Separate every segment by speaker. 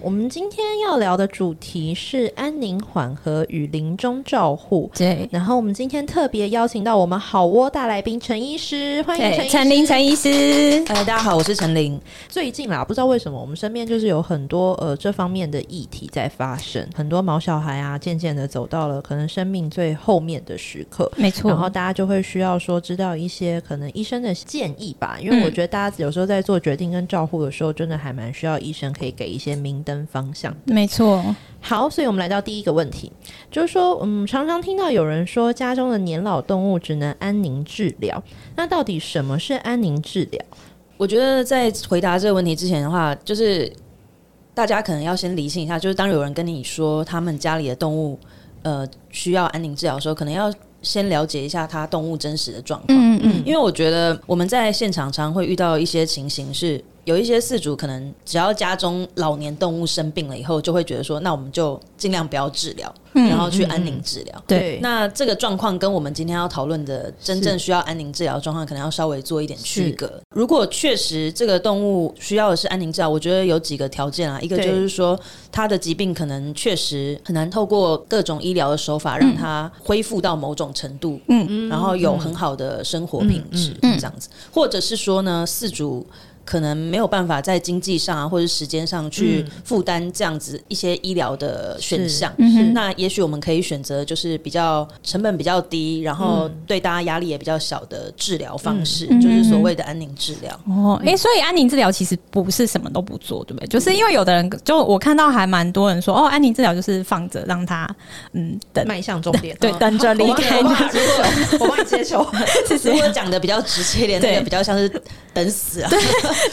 Speaker 1: 我们今天要聊的主题是安宁缓和与临终照护。
Speaker 2: 对，
Speaker 1: 然后我们今天特别邀请到我们好窝大来宾陈医师，欢迎陈
Speaker 2: 对，
Speaker 1: 医
Speaker 2: 陈
Speaker 1: 师
Speaker 2: 林陈医师，
Speaker 3: 呃，大家好，我是陈琳。
Speaker 1: 最近啦，不知道为什么我们身边就是有很多呃这方面的议题在发生，很多毛小孩啊，渐渐的走到了可能生命最后面的时刻。
Speaker 2: 没错
Speaker 1: 然后大家就会需要说知道一些可能医生的建议吧，因
Speaker 3: 嗯
Speaker 1: 为我觉得大家有时候在做决定跟照护的时候，真的还蛮需要医生可以给一些明灯方向。
Speaker 2: 没错，
Speaker 1: 好，所以我们来到第一个问题，就是说，嗯，常常听到有人说家中的年老动物只能安宁治疗，那到底什么是安宁治疗？
Speaker 3: 我觉得在回答这个问题之前的话，就是大家可能要先理性一下，就是当有人跟你说他们家里的动物呃需要安宁治疗的时候，可能要先了解一下他动物真实的状况。
Speaker 2: 嗯嗯，
Speaker 3: 因为我觉得我们在现场常会遇到一些情形是，有一些饲主可能只要家中老年动物生病了以后，就会觉得说，那我们就尽量不要治疗，
Speaker 2: 嗯
Speaker 3: 然后去安宁治疗。
Speaker 2: 对
Speaker 3: 那这个状况跟我们今天要讨论的真正需要安宁治疗的状况，可能要稍微做一点区隔。如果确实这个动物需要的是安宁治疗，我觉得有几个条件啊，一个
Speaker 1: 对
Speaker 3: 就是说它的疾病可能确实很难透过各种医疗的手法让它恢复到某种程度，嗯，然后有很好的生活品质，
Speaker 2: 嗯嗯
Speaker 3: 这样子，或者是说呢，饲主。可能没有办法在经济上啊，或者时间上去负担这样子一些医疗的选项，
Speaker 2: 嗯哼
Speaker 3: 那也许我们可以选择就是比较成本比较低，然后对大家压力也比较小的治疗方式，
Speaker 2: 嗯
Speaker 3: 就是所谓的安宁治疗。
Speaker 2: 哦，哎、所以安宁治疗其实不是什么都不做，对不对？就是因为有的人，就我看到还蛮多人说，哦，安宁治疗就是放着让他，嗯，等，
Speaker 1: 迈向终点，
Speaker 2: 对，
Speaker 1: 嗯
Speaker 2: 等着离开
Speaker 1: 我，帮你我帮你接 球，
Speaker 2: 谢
Speaker 3: 如
Speaker 2: 谢。
Speaker 3: 果讲的比较直接一点，
Speaker 2: 对
Speaker 3: 那个比较像是等死 啊，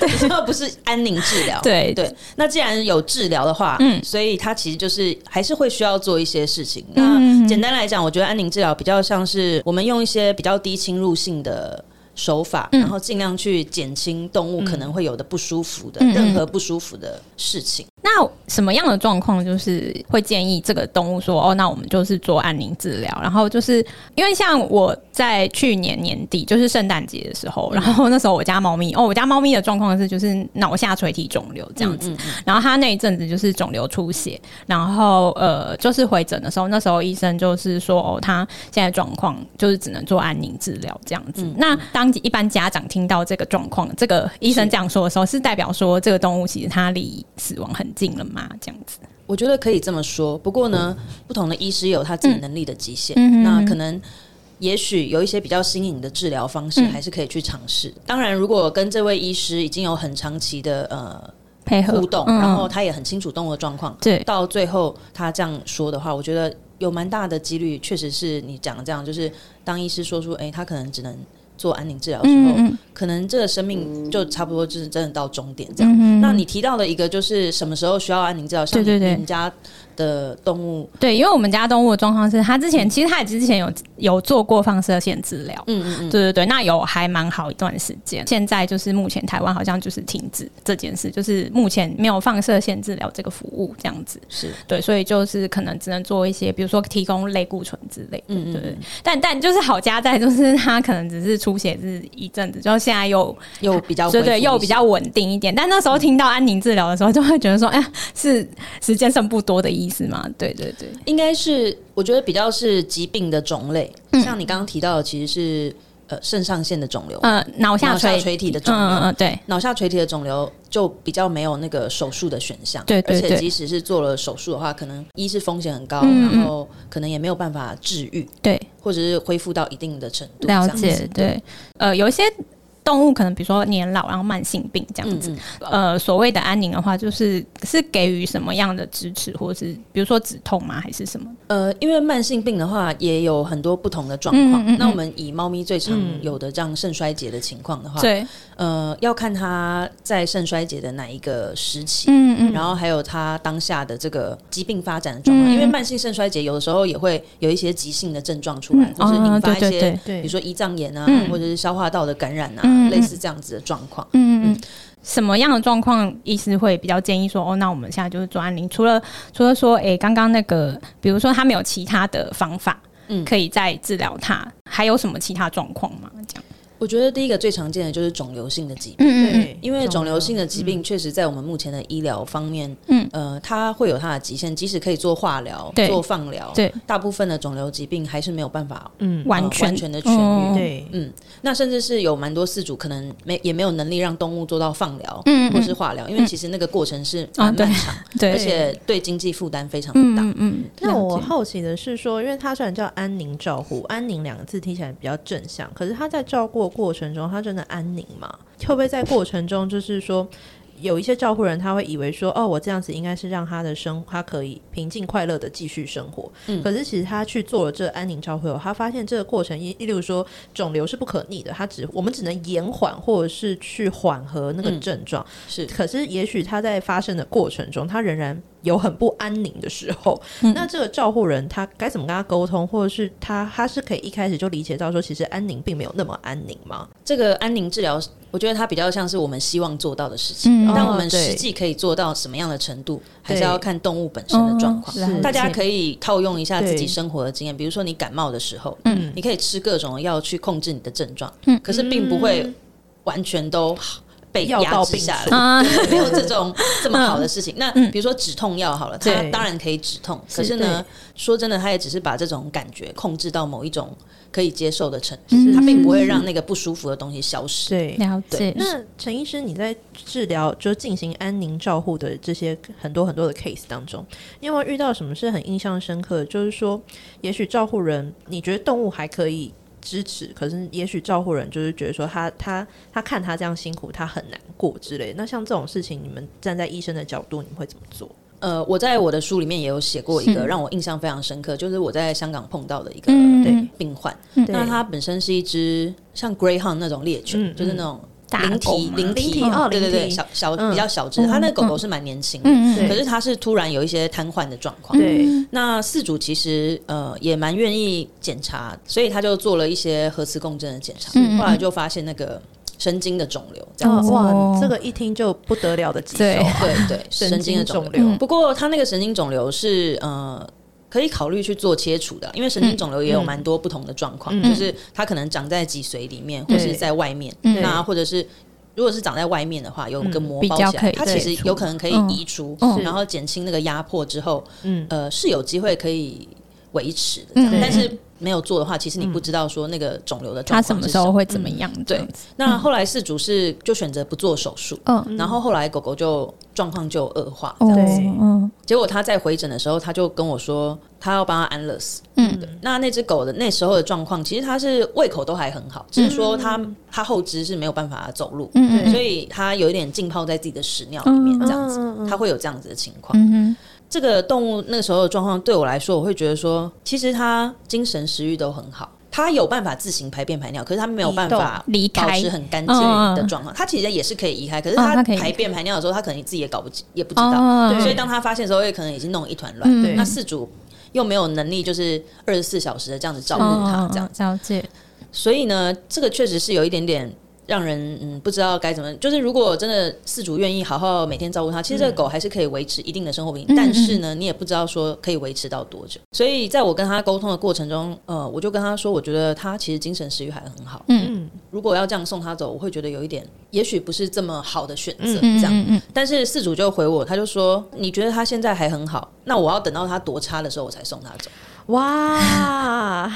Speaker 3: 比较不是安宁治疗。
Speaker 2: 对
Speaker 3: 对，那既然有治疗的话，
Speaker 2: 嗯
Speaker 3: 嗯，所以它其实就是还是会需要做一些事情。
Speaker 2: 嗯
Speaker 3: 那简单来讲，我觉得安宁治疗比较像是我们用一些比较低侵入性的。手法，
Speaker 2: 嗯
Speaker 3: 然后尽量去减轻动物可能会有的不舒服的、
Speaker 2: 嗯嗯
Speaker 3: 任何不舒服的事情。
Speaker 2: 那什么样的状况就是会建议这个动物说，哦，那我们就是做安宁治疗？然后就是因为像我在去年年底，就是圣诞节的时候， 然后那时候我家猫咪，哦，我家猫咪的状况是就是脑下垂体肿瘤这样子，然后它那一阵子就是肿瘤出血，然后呃，就是回诊的时候，那时候医生就是说，哦，他现在状况就是只能做安宁治疗这样子。
Speaker 3: 嗯
Speaker 2: 那当一般家长听到这个状况，这个医生这样说的时候，是代表说这个动物其实它离死亡很近了吗？这样子？
Speaker 3: 我觉得可以这么说，不过呢，不同的医师有他自己能力的极限，
Speaker 2: 嗯嗯嗯
Speaker 3: 那可能。也许有一些比较新颖的治疗方
Speaker 2: 嗯
Speaker 3: 式，还是可以去尝试。当然，如果跟这位医师已经有很长期的呃
Speaker 2: 配合
Speaker 3: 互动，
Speaker 2: 嗯
Speaker 3: 然后他也很清楚动物的状况，
Speaker 2: 对
Speaker 3: 到最后他这样说的话，我觉得有蛮大的几率，确实是你讲的这样，就是当医师说出，诶，他可能只能做安宁治疗的时候，
Speaker 2: 嗯嗯
Speaker 3: 可能这个生命就差不多就是真的到终点这样。
Speaker 2: 嗯
Speaker 3: 那你提到的一个就是什么时候需要安宁治疗？像你
Speaker 2: 对对对
Speaker 3: 你们家的动物，
Speaker 2: 对，因为我们家动物的状况是，它之前其实它也之前有有做过放射线治疗，
Speaker 3: 嗯嗯嗯，
Speaker 2: 对对对，那有还蛮好一段时间。现在就是目前台湾好像就是停止这件事，就是目前没有放射线治疗这个服务这样子。
Speaker 3: 是
Speaker 2: 对，所以就是可能只能做一些，比如说提供类固醇之类的，
Speaker 3: 嗯嗯
Speaker 2: 对对。但但就是好家在，就是 它可能只是出血是一阵子，就现在又
Speaker 3: 又比较
Speaker 2: 对
Speaker 3: 啊恢复
Speaker 2: 对
Speaker 3: 一嗯
Speaker 2: 又
Speaker 3: 些
Speaker 2: 比较稳定一点。但那时候听到安宁治疗的时候，就会觉得说，哎呀，是时间剩不多的意思嘛？对对对，
Speaker 3: 应该是我觉得比较是疾病的种类，
Speaker 2: 嗯
Speaker 3: 像你刚刚提到的其实是呃肾上腺的肿瘤，
Speaker 2: 呃，脑下
Speaker 3: 脑下
Speaker 2: 垂
Speaker 3: 垂体的肿
Speaker 2: 嗯嗯
Speaker 3: 瘤。
Speaker 2: 嗯，对，
Speaker 3: 脑下垂体的肿瘤就比较没有那个手术的选项，
Speaker 2: 对对
Speaker 3: 而且
Speaker 2: 对
Speaker 3: 即使是做了手术的话，可能一是风险很高，
Speaker 2: 嗯嗯
Speaker 3: 然后可能也没有办法治愈，
Speaker 2: 对。
Speaker 3: 或者是恢复到一定的程度。
Speaker 2: 了
Speaker 3: 这样
Speaker 2: 解
Speaker 3: 子，
Speaker 2: 对，呃，有一些动物可能比如说年老，然后慢性病这样
Speaker 3: 嗯
Speaker 2: 子。
Speaker 3: 嗯，
Speaker 2: 呃，所谓的安宁的话，就是是给予什么样的支持，或是比如说止痛吗，还是什么？
Speaker 3: 呃，因为慢性病的话也有很多不同的状况。
Speaker 2: 嗯嗯嗯嗯
Speaker 3: 那我们以猫咪最常有的这样肾衰竭的情况的话，
Speaker 2: 对，
Speaker 3: 呃，要看它在肾衰竭的哪一个时期。
Speaker 2: 嗯嗯，
Speaker 3: 然后还有它当下的这个疾病发展的状况，
Speaker 2: 嗯嗯
Speaker 3: 因为慢性肾衰竭有的时候也会有一些急性的症状出来，或是
Speaker 2: 嗯
Speaker 3: 引
Speaker 2: 哦
Speaker 3: 发
Speaker 2: 对
Speaker 3: 一
Speaker 2: 对
Speaker 3: 些
Speaker 2: 对，
Speaker 3: 比
Speaker 1: 对
Speaker 3: 如说胰脏炎啊，
Speaker 2: 嗯
Speaker 3: 或者是消化道的感染啊，
Speaker 2: 嗯嗯嗯
Speaker 3: 类似这样子的状况。
Speaker 2: 嗯，嗯，什么样的状况医师会比较建议说，哦，那我们现在就是做安宁，除了除了说，诶，刚刚那个，比如说他没有其他的方法，
Speaker 3: 嗯
Speaker 2: 可以再治疗他，还有什么其他状况吗？这样，
Speaker 3: 我觉得第一个最常见的就是肿瘤性的疾病。
Speaker 2: 嗯
Speaker 3: 因为肿瘤性的疾病确实在我们目前的医疗方面，
Speaker 2: 嗯
Speaker 3: 呃，它会有它的极限，即使可以做化疗、
Speaker 2: 对
Speaker 3: 做放疗，
Speaker 2: 对，
Speaker 3: 大部分的肿瘤疾病还是没有办法
Speaker 1: 嗯，
Speaker 2: 完
Speaker 3: 呃
Speaker 2: 全
Speaker 3: 完全的痊愈
Speaker 2: 嗯
Speaker 1: 对，
Speaker 3: 嗯，那甚至是有蛮多饲主可能没也没有能力让动物做到放疗，
Speaker 2: 嗯嗯
Speaker 3: 或是化疗，因为其实那个过程是
Speaker 2: 啊
Speaker 3: 蛮
Speaker 2: 对
Speaker 3: 漫长，
Speaker 2: 对，
Speaker 3: 而且对经济负担非常
Speaker 2: 嗯
Speaker 3: 大。
Speaker 2: 嗯嗯，
Speaker 1: 那我
Speaker 2: 了解
Speaker 1: 好奇的是说，因为它虽然叫安宁照护，安宁两个字听起来比较正向，可是它在照顾的过程中，它真的安宁吗？会不会在过程中就是说？有一些照顾人，他会以为说，哦，我这样子应该是让他的生，他可以平静快乐的继续生活。
Speaker 3: 嗯
Speaker 1: 可是其实他去做了这安宁照护后，他发现这个过程，例例如说肿瘤是不可逆的，他只我们只能延缓或者是去缓和那个
Speaker 3: 嗯
Speaker 1: 症状。
Speaker 3: 是
Speaker 1: 可是也许他在发生的过程中，他仍然有很不安宁的时候。
Speaker 2: 嗯
Speaker 1: 那这个照护人他该怎么跟他沟通，或者是他他是可以一开始就理解到说，其实安宁并没有那么安宁吗？
Speaker 3: 这个安宁治疗，我觉得它比较像是我们希望做到的事情，
Speaker 2: 嗯
Speaker 1: 哦
Speaker 3: 但我们
Speaker 1: 对
Speaker 3: 实际可以做到什么样的程度，还是
Speaker 1: 对
Speaker 3: 要看动物本身的状
Speaker 2: 哦
Speaker 3: 况。嗯
Speaker 1: 是
Speaker 3: 大家
Speaker 2: 以
Speaker 3: 可以套用一下自己
Speaker 1: 对
Speaker 3: 生活的经验，比如说你感冒的时候，
Speaker 1: 嗯
Speaker 3: 你可以吃各种药去控制你的症状，
Speaker 2: 嗯
Speaker 3: 可是并不会完全都被
Speaker 1: 药
Speaker 3: 压
Speaker 1: 到
Speaker 3: 制
Speaker 1: 病
Speaker 3: 下
Speaker 1: 除
Speaker 3: 来。
Speaker 2: 啊，
Speaker 3: 对没有这种这么好的事情。那
Speaker 2: 嗯
Speaker 3: 比如说止痛药好了，它
Speaker 1: 对
Speaker 3: 当然可以止痛，
Speaker 2: 是
Speaker 3: 可是呢，说真的，它也只是把这种感觉控制到某一种可以接受的程度
Speaker 2: 嗯，
Speaker 3: 它并不会让那个不舒服的东西消失。
Speaker 1: 对。
Speaker 2: 了解，
Speaker 1: 那陈医师，你在治疗就进行安宁照护的这些很多很多的 case 当中，你有没有遇到什么是很印象深刻的？就是说，也许照护人你觉得动物还可以支持，可是也许照护人就是觉得说他他他看他这样辛苦，他很难过之类的。那像这种事情，你们站在医生的角度，你们会怎么做？
Speaker 3: 呃，我在我的书里面也有写过一个
Speaker 2: 是
Speaker 3: 让我印象非常深刻，就是我在香港碰到的一个
Speaker 2: 嗯
Speaker 3: 对病患，
Speaker 2: 嗯
Speaker 3: 那它本身是一只像 greyhound 那种猎
Speaker 1: 嗯
Speaker 3: 犬，
Speaker 1: 嗯
Speaker 3: 就是那种
Speaker 2: 大
Speaker 3: 灵
Speaker 2: 狗
Speaker 3: 缇
Speaker 2: 吗
Speaker 3: 灵
Speaker 1: 灵
Speaker 3: 缇
Speaker 1: 缇哦
Speaker 3: 对对
Speaker 1: 灵
Speaker 3: 对，
Speaker 1: 缇
Speaker 3: 小小
Speaker 1: 嗯
Speaker 3: 比较小只的，它那狗狗是蛮年轻的，
Speaker 2: 嗯
Speaker 1: 对
Speaker 3: 可是嗯它是突然有一些瘫痪的状况，
Speaker 1: 对
Speaker 3: 那饲主其实呃也蛮愿意检查，所以他就做了一些核磁共振的检查，
Speaker 2: 嗯嗯嗯
Speaker 3: 后来就发现那个神经的肿瘤，这样。
Speaker 1: 哦
Speaker 2: 哦
Speaker 1: 哇，这个一听就不得了的棘手啊，
Speaker 3: 对对，神
Speaker 1: 神
Speaker 3: 经的
Speaker 1: 经
Speaker 3: 肿瘤
Speaker 1: 肿。瘤
Speaker 2: 嗯，
Speaker 3: 不过他那个神经肿瘤是呃。可以考虑去做切除的，因为神经肿瘤也有蛮多不同的状况，
Speaker 1: 嗯
Speaker 3: 就是它可能长在脊髓里面，或
Speaker 1: 对
Speaker 3: 是在外面，
Speaker 2: 嗯
Speaker 3: 那或者是如果是长在外面的话，有个
Speaker 1: 嗯
Speaker 3: 膜
Speaker 2: 比
Speaker 3: 包
Speaker 2: 较
Speaker 3: 起
Speaker 2: 可
Speaker 3: 来，
Speaker 2: 以
Speaker 3: 它其
Speaker 2: 切
Speaker 3: 实
Speaker 2: 除
Speaker 3: 有可能可以
Speaker 2: 嗯
Speaker 3: 移除，
Speaker 2: 嗯
Speaker 3: 然后减轻那个压迫之后，
Speaker 1: 嗯，
Speaker 3: 呃是有机会可以维持的这样
Speaker 2: 嗯
Speaker 3: 但是没有做的话，其实你不知道说那个肿瘤的
Speaker 2: 他
Speaker 3: 状
Speaker 2: 什
Speaker 3: 况
Speaker 2: 么
Speaker 3: 是
Speaker 2: 时
Speaker 3: 什
Speaker 2: 候
Speaker 3: 么。嗯
Speaker 2: 会嗯怎么样？这样子，
Speaker 3: 那后来事主是就选择不做手术，
Speaker 2: 嗯，
Speaker 3: 然后后来狗狗就状况就恶化，
Speaker 2: 哦，
Speaker 1: 对
Speaker 2: 嗯
Speaker 3: 结果他在回诊的时候，他就跟我说他要帮他安乐死。
Speaker 2: 嗯
Speaker 3: 那那只狗的那时候的状况，其实它是胃口都还很好，只是说它它后肢是没有办法走路，
Speaker 2: 嗯嗯
Speaker 3: 所以它有一点浸泡在自己的屎尿里面这样子，
Speaker 1: 嗯嗯嗯
Speaker 3: 它会有这样子的情况。
Speaker 2: 嗯哼，
Speaker 3: 这个动物那时候的状况对我来说，我会觉得说，其实它精神食欲都很好，它有办法自行排便排尿，可是它没有办法
Speaker 2: 离
Speaker 3: 保
Speaker 2: 开
Speaker 3: 持很干净的状况。它其实也是可以移开，可是
Speaker 2: 嗯
Speaker 3: 它
Speaker 2: 它可以
Speaker 3: 排便排尿的时候，它可能自己也搞不清也不知道。
Speaker 2: 哦
Speaker 1: 对
Speaker 3: 所以当它发现的时候，也可能已经弄一团乱。
Speaker 2: 嗯
Speaker 3: 那饲主又没有能力，就是二十四小时的这样子照顾它，这样。
Speaker 2: 哦了解，
Speaker 3: 所以呢，这个确实是有一点点让人嗯不知道该怎么。就是如果真的饲主愿意好好每天照顾它，其实这个狗还是可以维持一定的生活品质，
Speaker 2: 嗯
Speaker 3: 但是呢，你也不知道说可以维持到多久。所以在我跟他沟通的过程中，呃，我就跟他说，我觉得他其实精神食欲还很好。
Speaker 2: 嗯
Speaker 1: 嗯
Speaker 3: 如果要这样送他走，我会觉得有一点，也许不是这么好的选择。
Speaker 1: 嗯
Speaker 2: 嗯
Speaker 3: 这样，
Speaker 2: 嗯嗯
Speaker 3: 但是饲主就回我，他就说：“你觉得他现在还很好，那我要等到他多差的时候我才送他走。”
Speaker 1: 哇，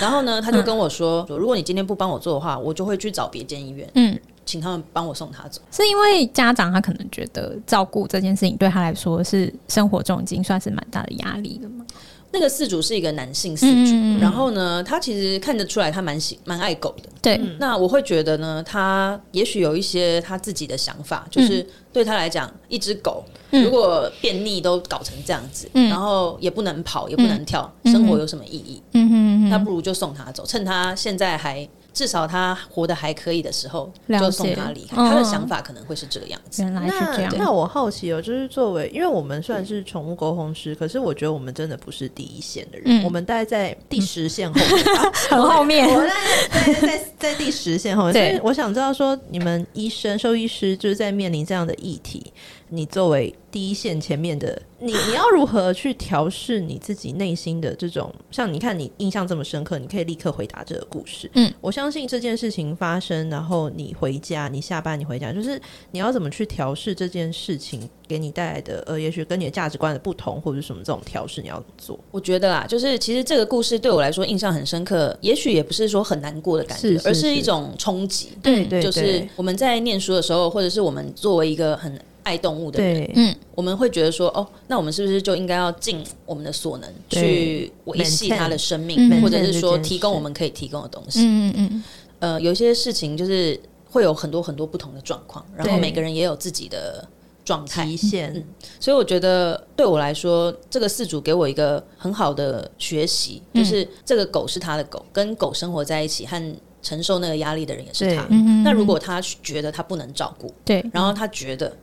Speaker 3: 然后呢，他就跟我说：“如果你今天不帮我做的话，我就会去找别间医院。”
Speaker 2: 嗯，
Speaker 3: 请他们帮我送他走。
Speaker 2: 是因为家长他可能觉得照顾这件事情对他来说是生活中已经算是蛮大的压力了嘛。
Speaker 3: 那个饲主是一个男性饲主，
Speaker 2: 嗯，
Speaker 3: 然后呢，他其实看得出来他蛮喜蛮爱狗的。
Speaker 2: 对，
Speaker 3: 那我会觉得呢，他也许有一些他自己的想法，就是对他来讲，一只狗
Speaker 2: 嗯
Speaker 3: 如果便秘都搞成这样子，
Speaker 2: 嗯
Speaker 3: 然后也不能跑，也不能跳，
Speaker 2: 嗯
Speaker 3: 生活有什么意义？
Speaker 2: 嗯哼嗯
Speaker 3: 那
Speaker 2: 哼，
Speaker 3: 不如就送他走，趁他现在还至少它活得还可以的时候，
Speaker 2: 了解
Speaker 3: 就送它离开。
Speaker 2: 嗯
Speaker 3: 它的想法可能会是这个样子。
Speaker 2: 原来是这
Speaker 1: 那
Speaker 2: 样。
Speaker 1: 那我好奇哦，就是作为，因为我们虽然是宠物沟通师，可是我觉得我们真的不是第一线的人，
Speaker 2: 嗯
Speaker 1: 我们大概在嗯第十 线后面吧，
Speaker 2: 很后面
Speaker 1: 我在在在在第十线后面。所
Speaker 2: 对
Speaker 1: 以我想知道说，你们医生、兽医师就是在面临这样的议题，你作为第一线前面的你，你要如何去调试你自己内心的这种？像你看，你印象这么深刻，你可以立刻回答这个故事。
Speaker 2: 嗯，
Speaker 1: 我相信这件事情发生，然后你回家，你下班你回家，就是你要怎么去调试这件事情给你带来的呃，也许跟你的价值观的不同，或者是什么这种调试，你要怎么做？
Speaker 3: 我觉得啦，啊就是其实这个故事对我来说印象很深刻，也许也不是说很难过的感觉，
Speaker 1: 是是
Speaker 3: 而
Speaker 1: 是
Speaker 3: 是一种冲击。
Speaker 2: 对
Speaker 1: 对
Speaker 3: 就是我们在念书的时候，或者是我们作为一个很爱动物的人，
Speaker 1: 对，
Speaker 2: 嗯，
Speaker 3: 我们会觉得说，哦，那我们是不是就应该要尽我们的所能
Speaker 1: 对
Speaker 3: 去维系
Speaker 1: Maintain
Speaker 3: 它的生命，
Speaker 2: 嗯
Speaker 3: 或者是
Speaker 1: Maintain
Speaker 3: 说
Speaker 1: 这件事
Speaker 3: 提供我们可以提供的东西？
Speaker 2: 嗯嗯
Speaker 3: 呃，有一些事情就是会有很多很多不同的状况，然后
Speaker 1: 对
Speaker 3: 每个人也有自己的状态
Speaker 1: 极，
Speaker 2: 嗯
Speaker 1: 限，
Speaker 3: 所以我觉得对我来说，这个饲主给我一个很好的学习，
Speaker 2: 嗯
Speaker 3: 就是这个狗是他的狗，跟狗生活在一起和承受那个压力的人也是他
Speaker 1: 对。
Speaker 2: 嗯
Speaker 3: 那如果他觉得他不能照顾，
Speaker 2: 对，
Speaker 3: 然后他觉得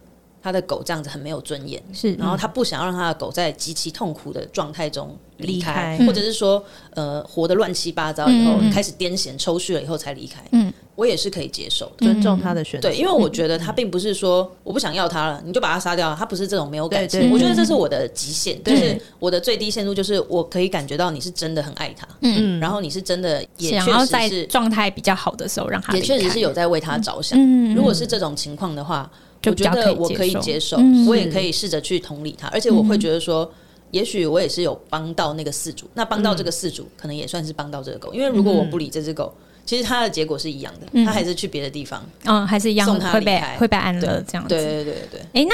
Speaker 3: 他的狗这样子很没有尊严，
Speaker 2: 是，嗯
Speaker 3: 然后他不想要让他的狗在极其痛苦的状态中离开，
Speaker 1: 离开
Speaker 3: 或者是说呃活得乱七八糟以后、
Speaker 2: 嗯嗯嗯
Speaker 3: 开始癫痫抽搐了以后才离开，
Speaker 2: 嗯
Speaker 3: 我也是可以接受的。
Speaker 1: 尊重他的选择。
Speaker 3: 对，因为我觉得他并不是说我不想要他了，你就把他杀掉，他不是这种没有感
Speaker 1: 对
Speaker 3: 情。
Speaker 1: 对
Speaker 3: 我觉得
Speaker 2: 嗯
Speaker 3: 这是我的极限，就
Speaker 1: 对
Speaker 3: 是我的最低限度，就是我可以感觉到你是真的很爱他，
Speaker 2: 嗯，
Speaker 1: 嗯
Speaker 3: 然后你是真的也
Speaker 2: 想
Speaker 3: 确
Speaker 2: 要
Speaker 3: 实
Speaker 2: 在
Speaker 3: 是，
Speaker 2: 状态比较好的时候让他
Speaker 3: 也
Speaker 2: 离
Speaker 3: 确实
Speaker 2: 开
Speaker 3: 是有在为他着想。
Speaker 2: 嗯，嗯
Speaker 3: 如果是这种情况的话，
Speaker 2: 就
Speaker 3: 我
Speaker 2: 比
Speaker 3: 觉
Speaker 2: 较
Speaker 3: 得我可
Speaker 2: 可
Speaker 3: 以
Speaker 2: 以
Speaker 3: 接受，
Speaker 2: 嗯
Speaker 3: 我也可以试着去同理他，而且我会觉得说。也许我也是有帮到那个饲主，那帮到
Speaker 2: 嗯
Speaker 3: 这个饲主，可能也算是帮到这个狗，因为如果我不理这只狗，其实它的结果是一样的，
Speaker 2: 嗯
Speaker 3: 它还是去别的地方。
Speaker 2: 嗯，还是一样
Speaker 3: 送他
Speaker 2: 会
Speaker 3: 离
Speaker 2: 被
Speaker 3: 开
Speaker 2: 会被安乐呃这样子。
Speaker 3: 对对对对对。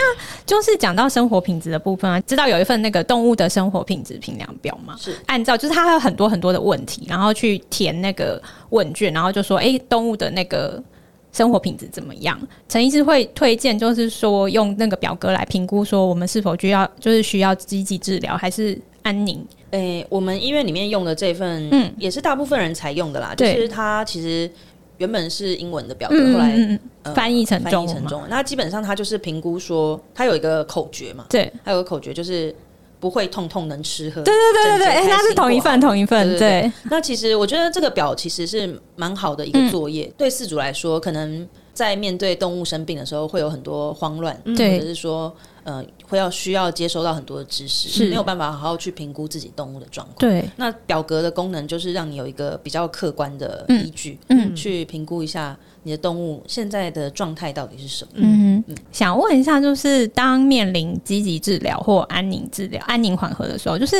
Speaker 2: 就是讲到生活品质的部分啊，知道有一份那个动物的生活品质评量表嘛，
Speaker 3: 是
Speaker 2: 按照就是它还有很多很多的问题，然后去填那个问卷，然后就说，哎、动物的那个生活品质怎么样？陈医师会推荐，就是说用那个表格来评估，说我们是否需要就是需要积极治疗还是安宁？
Speaker 3: 诶、我们医院里面用的这份，
Speaker 2: 嗯
Speaker 3: 也是大部分人才用的啦。就
Speaker 2: 对
Speaker 3: 是它其实原本是英文的表格，
Speaker 2: 嗯
Speaker 3: 后来、
Speaker 2: 嗯嗯
Speaker 3: 呃
Speaker 2: 翻译成
Speaker 3: 翻
Speaker 2: 中
Speaker 3: 译
Speaker 2: 文
Speaker 3: 成
Speaker 2: 嘛
Speaker 3: 中文。那基本上它就是评估说，它有一个口诀嘛，
Speaker 2: 对
Speaker 3: 还有个口诀就是不会痛痛能吃喝。
Speaker 2: 对对对对对，
Speaker 3: 整洁
Speaker 2: 哎、它
Speaker 3: 开
Speaker 2: 是
Speaker 3: 心
Speaker 2: 同一
Speaker 3: 过好
Speaker 2: 份同一份，
Speaker 3: 对对
Speaker 2: 对，
Speaker 3: 那其实我觉得这个表其实是蛮好的一个作
Speaker 2: 嗯
Speaker 3: 业，对饲主来说，可能在面对动物生病的时候，会有很多慌乱，
Speaker 2: 嗯对
Speaker 3: 或者是说，呃，会要需要接收到很多的知识，
Speaker 2: 是
Speaker 3: 没有办法好好去评估自己动物的状况。
Speaker 2: 对，
Speaker 3: 那表格的功能就是让你有一个比较客观的依据，
Speaker 2: 嗯
Speaker 3: 去评估一下你的动物现在的状态到底是什么。
Speaker 2: 嗯，想问一下，就是当面临积极治疗或安宁治疗、安宁缓和的时候，就是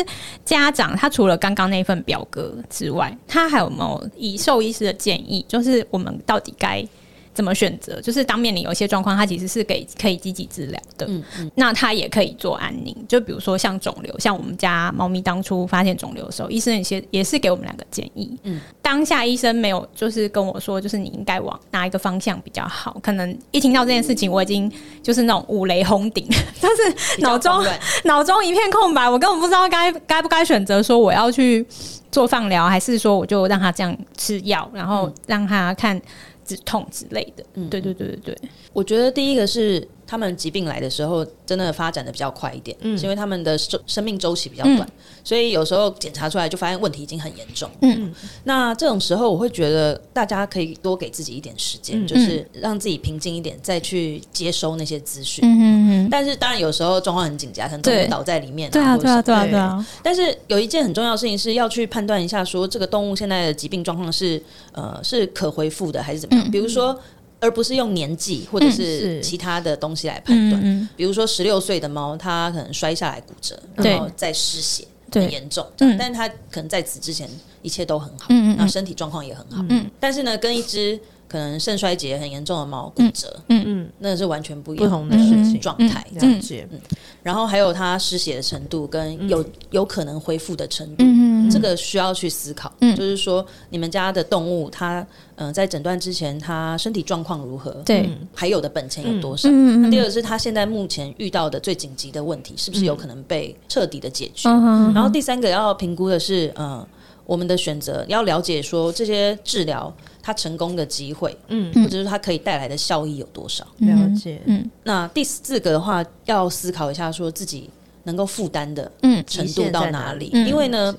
Speaker 2: 家长他除了刚刚那份表格之外，他还有没有以兽医师的建议，就是我们到底该怎么选择？就是当面临有一些状况，他其实是给可以积极治疗的，
Speaker 3: 嗯嗯，
Speaker 2: 那他也可以做安宁。就比如说像肿瘤，像我们家猫咪当初发现肿瘤的时候，医生也些也是给我们两个建议。
Speaker 3: 嗯
Speaker 2: 嗯，当下医生没有就是跟我说，就是你应该往哪一个方向比较好。可能一听到这件事情，我已经就是那种五雷轰顶， 就是脑中
Speaker 3: 比较慌乱
Speaker 2: 脑中一片空白，我根本不知道该该不该选择说我要去做放疗，还是说我就让他这样吃药，然后让他看止痛之类的。
Speaker 3: 嗯
Speaker 2: 嗯，对对对对对，
Speaker 3: 我觉得第一个是他们疾病来的时候，真的发展的比较快一点，
Speaker 1: 嗯
Speaker 3: 是因为他们的生生命周期比较短，所以有时候检查出来就发现问题已经很严重。
Speaker 2: 嗯，
Speaker 3: 那这种时候，我会觉得大家可以多给自己一点时间，
Speaker 1: 嗯
Speaker 3: 就是让自己平静一点，再去接收那些资讯。
Speaker 2: 嗯哼哼。
Speaker 3: 但是当然，有时候状况很紧急啊，可能动
Speaker 2: 对
Speaker 3: 物倒在里面、啊，
Speaker 2: 对啊，
Speaker 3: 或者
Speaker 2: 对啊，
Speaker 3: 什么
Speaker 2: 对啊，
Speaker 1: 对
Speaker 2: 对啊，
Speaker 3: 但是有一件很重要的事情是要去判断一下，说这个动物现在的疾病状况是呃是可恢复的还是怎么样？
Speaker 2: 嗯
Speaker 3: 比如说，而不是用年纪或者
Speaker 1: 嗯
Speaker 3: 是
Speaker 1: 是
Speaker 3: 其他的东西来判
Speaker 2: 嗯
Speaker 3: 断。
Speaker 2: 嗯，
Speaker 3: 比如说，十六岁的猫，它可能摔下来骨折，
Speaker 2: 对
Speaker 3: 然后再失血，很
Speaker 2: 对，
Speaker 3: 严重。
Speaker 2: 嗯
Speaker 3: 但是它可能在此之前一切都很好，
Speaker 2: 嗯嗯
Speaker 3: 然后身体状况也很好。
Speaker 2: 嗯
Speaker 3: 但是呢，跟一只可能肾衰竭很严重的猫骨折，
Speaker 1: 嗯，
Speaker 3: 那是完全不一
Speaker 1: 不
Speaker 3: 样
Speaker 1: 同的事情
Speaker 3: 状态。
Speaker 2: 嗯
Speaker 3: 这样
Speaker 1: 了解。
Speaker 3: 然后还有它失血的程度跟有有可能恢复的程度。
Speaker 2: 嗯
Speaker 3: 这个需要去思考，
Speaker 2: 嗯
Speaker 3: 就是说你们家的动物它，呃，在诊断之前，它身体状况如何，
Speaker 2: 对，
Speaker 3: 还有的本钱有多少？
Speaker 2: 嗯
Speaker 3: 那第
Speaker 2: 嗯
Speaker 3: 二个是它现在目前遇到的最紧急的问题，是不是有可能被彻底的解决？
Speaker 2: 嗯，
Speaker 3: 然后第三个要评估的是，呃，我们的选择要了解说这些治疗它成功的机会，
Speaker 1: 嗯，
Speaker 3: 或者是它可以带来的效益有多少。
Speaker 1: 了解
Speaker 2: 嗯
Speaker 3: 那第四个的话，要思考一下说自己能够负担的
Speaker 2: 嗯
Speaker 3: 程度到哪里，
Speaker 2: 极限在哪里
Speaker 3: 因为呢，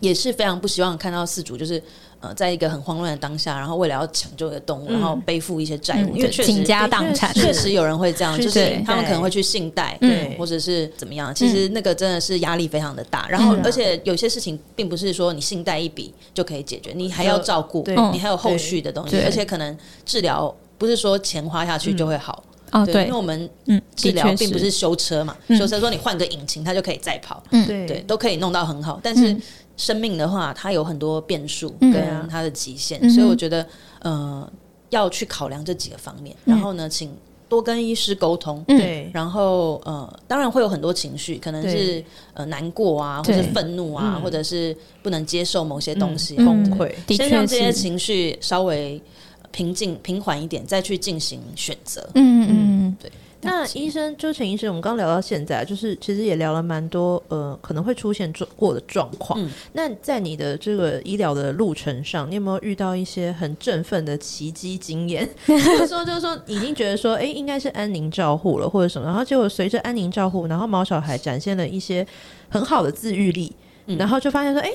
Speaker 3: 也是非常不希望看到饲主就是呃，在一个很慌乱的当下，然后为了要抢救一个动物，
Speaker 1: 嗯
Speaker 3: 然后背负一些债务，
Speaker 2: 嗯，
Speaker 3: 因
Speaker 2: 就
Speaker 3: 为确
Speaker 2: 倾
Speaker 3: 实。
Speaker 2: 家荡产，
Speaker 3: 确实有人会这样，
Speaker 1: 是
Speaker 3: 就是
Speaker 2: 对
Speaker 3: 他们可能会去信贷，
Speaker 2: 嗯
Speaker 3: 对，或者是怎么样。其实那个真的是压力非常的大，然后
Speaker 2: 嗯
Speaker 3: 而且有些事情并不是说你信贷一笔就可以解决，你还要照顾
Speaker 1: 对，
Speaker 3: 你还有后续的东西，
Speaker 2: 对
Speaker 3: 而且可能治疗不是说钱花下去就会好，
Speaker 2: 哦，
Speaker 3: 因
Speaker 2: 对
Speaker 3: 为，我们
Speaker 2: 嗯，
Speaker 3: 治
Speaker 2: 的
Speaker 3: 疗
Speaker 2: 确
Speaker 3: 并不是修车嘛，
Speaker 2: 嗯
Speaker 3: 修车说你换个引擎它就可以再跑，
Speaker 2: 嗯
Speaker 1: 对
Speaker 3: 对，都可以弄到很好，但是
Speaker 2: 嗯
Speaker 3: 生命的话，它有很多变数
Speaker 2: 嗯
Speaker 3: 跟它的极限，
Speaker 2: 嗯哼
Speaker 3: 所以我觉得呃要去考量这几个方面，
Speaker 2: 嗯
Speaker 3: 然后呢，请多跟医师沟通。
Speaker 2: 嗯
Speaker 1: 对
Speaker 3: 然后，呃，当然会有很多情绪，可能是
Speaker 1: 对
Speaker 3: 呃难过啊，或
Speaker 2: 对
Speaker 3: 者愤怒啊，
Speaker 1: 嗯
Speaker 3: 或者是不能接受某些东西，
Speaker 2: 嗯
Speaker 1: 崩溃，
Speaker 2: 的
Speaker 3: 先
Speaker 2: 确
Speaker 3: 让这些
Speaker 2: 是，
Speaker 3: 情绪稍微平静、平缓一点，再去进行选择。
Speaker 2: 嗯嗯
Speaker 1: 那医生就陈医生，我们刚聊到现在，就是其实也聊了蛮多呃可能会出现状过的状况。
Speaker 3: 嗯
Speaker 1: 那在你的这个医疗的路程上，你有没有遇到一些很振奋的奇迹经 验？就是说，就是说，已经觉得说，哎、应该是安宁照护了或者什么，然后结果随着安宁照护，然后毛小孩展现了一些很好的自愈力，
Speaker 3: 嗯
Speaker 1: 然后就发现说，哎、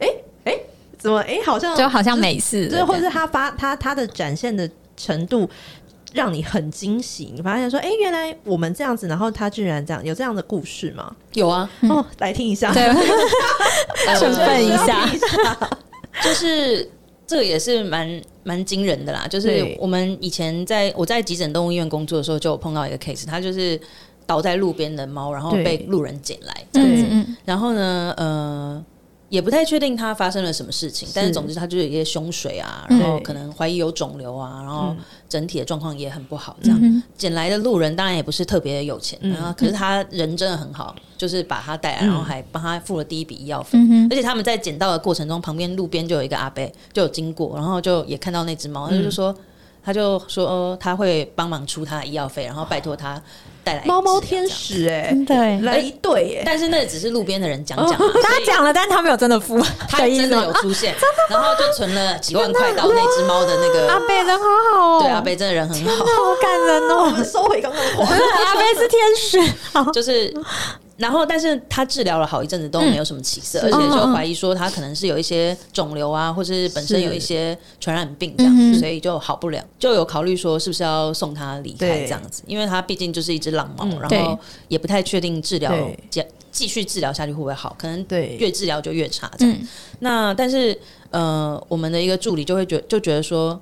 Speaker 1: 哎、哎、怎么哎、好像
Speaker 2: 嗯，就好像没事了这
Speaker 1: 对，
Speaker 2: 样，
Speaker 1: 或者是他发他他的展现的程度让你很惊喜，你发现说，哎、原来我们这样子，然后他居然这样，有这样的故事吗？
Speaker 3: 有啊，
Speaker 1: 哦，来听一下，
Speaker 2: 对，
Speaker 3: 呃
Speaker 2: 振奋一下，
Speaker 3: 就是这个也是蛮蛮惊人的啦。就是
Speaker 1: 对
Speaker 3: 我们以前在我在急诊动物医院工作的时候，就有碰到一个 case，它就是倒在路边的猫，然后
Speaker 1: 对
Speaker 3: 被路人捡来，
Speaker 1: 对
Speaker 2: 嗯嗯
Speaker 3: 然后呢，呃。也不太确定它发生了什么事情，但是总之它就有一些胸水啊，然后
Speaker 1: 嗯
Speaker 3: 可能怀疑有肿瘤啊，然后整体的状况也很不好，这样。
Speaker 2: 嗯，
Speaker 3: 捡来的路人当然也不是特别有钱，
Speaker 1: 嗯
Speaker 3: 然后可是他人真的很好，就是把他带来，然后还帮他付了第一笔医药费。而且他们在捡到的过程中，旁边路边就有一个阿伯就有经过，然后就也看到那只猫，他就说。他就说、呃他会帮忙出他的医药费，然后拜托他带来一 只
Speaker 1: 猫猫
Speaker 3: 这样
Speaker 1: 天。使哎、
Speaker 2: 真的欸。
Speaker 1: 来一对耶、
Speaker 3: 但是那只是路边的人讲讲嘛，所
Speaker 2: 大家
Speaker 3: 以
Speaker 2: 讲了，但哦是他没有真的付
Speaker 3: 他
Speaker 2: 的意思
Speaker 3: 真的有
Speaker 2: 吗？
Speaker 3: 出现，然后就存了几万块到那只猫的那
Speaker 2: 阿
Speaker 3: 个。
Speaker 2: 贝人好好哦，
Speaker 3: 对，阿贝真的人很好。
Speaker 2: 好感人
Speaker 1: 哎我
Speaker 2: 哦，
Speaker 1: 们收回刚刚的 话，
Speaker 2: 阿贝是天使，好，
Speaker 3: 就是，然后但是他治疗了好一阵子都没有什么起色，
Speaker 1: 嗯
Speaker 3: 而且
Speaker 2: 嗯嗯
Speaker 3: 就
Speaker 2: 嗯
Speaker 3: 怀疑说他可能是有一些肿瘤啊，或是本身
Speaker 1: 是
Speaker 3: 有一些传染病这样
Speaker 2: 嗯
Speaker 3: 子，
Speaker 2: 哼
Speaker 3: 所以就好不了，就有考虑说是不是要送他离开
Speaker 1: 对
Speaker 3: 这样子，因为他毕竟就是一只浪猫，
Speaker 1: 嗯
Speaker 3: 然
Speaker 2: 对
Speaker 3: 后也不太确定治疗
Speaker 1: 对
Speaker 3: 继继续治疗下去会不会好，可能
Speaker 1: 对，
Speaker 3: 越治疗就越差这样。
Speaker 2: 嗯
Speaker 3: 那但是呃，我们的一个助理就会觉就觉得说。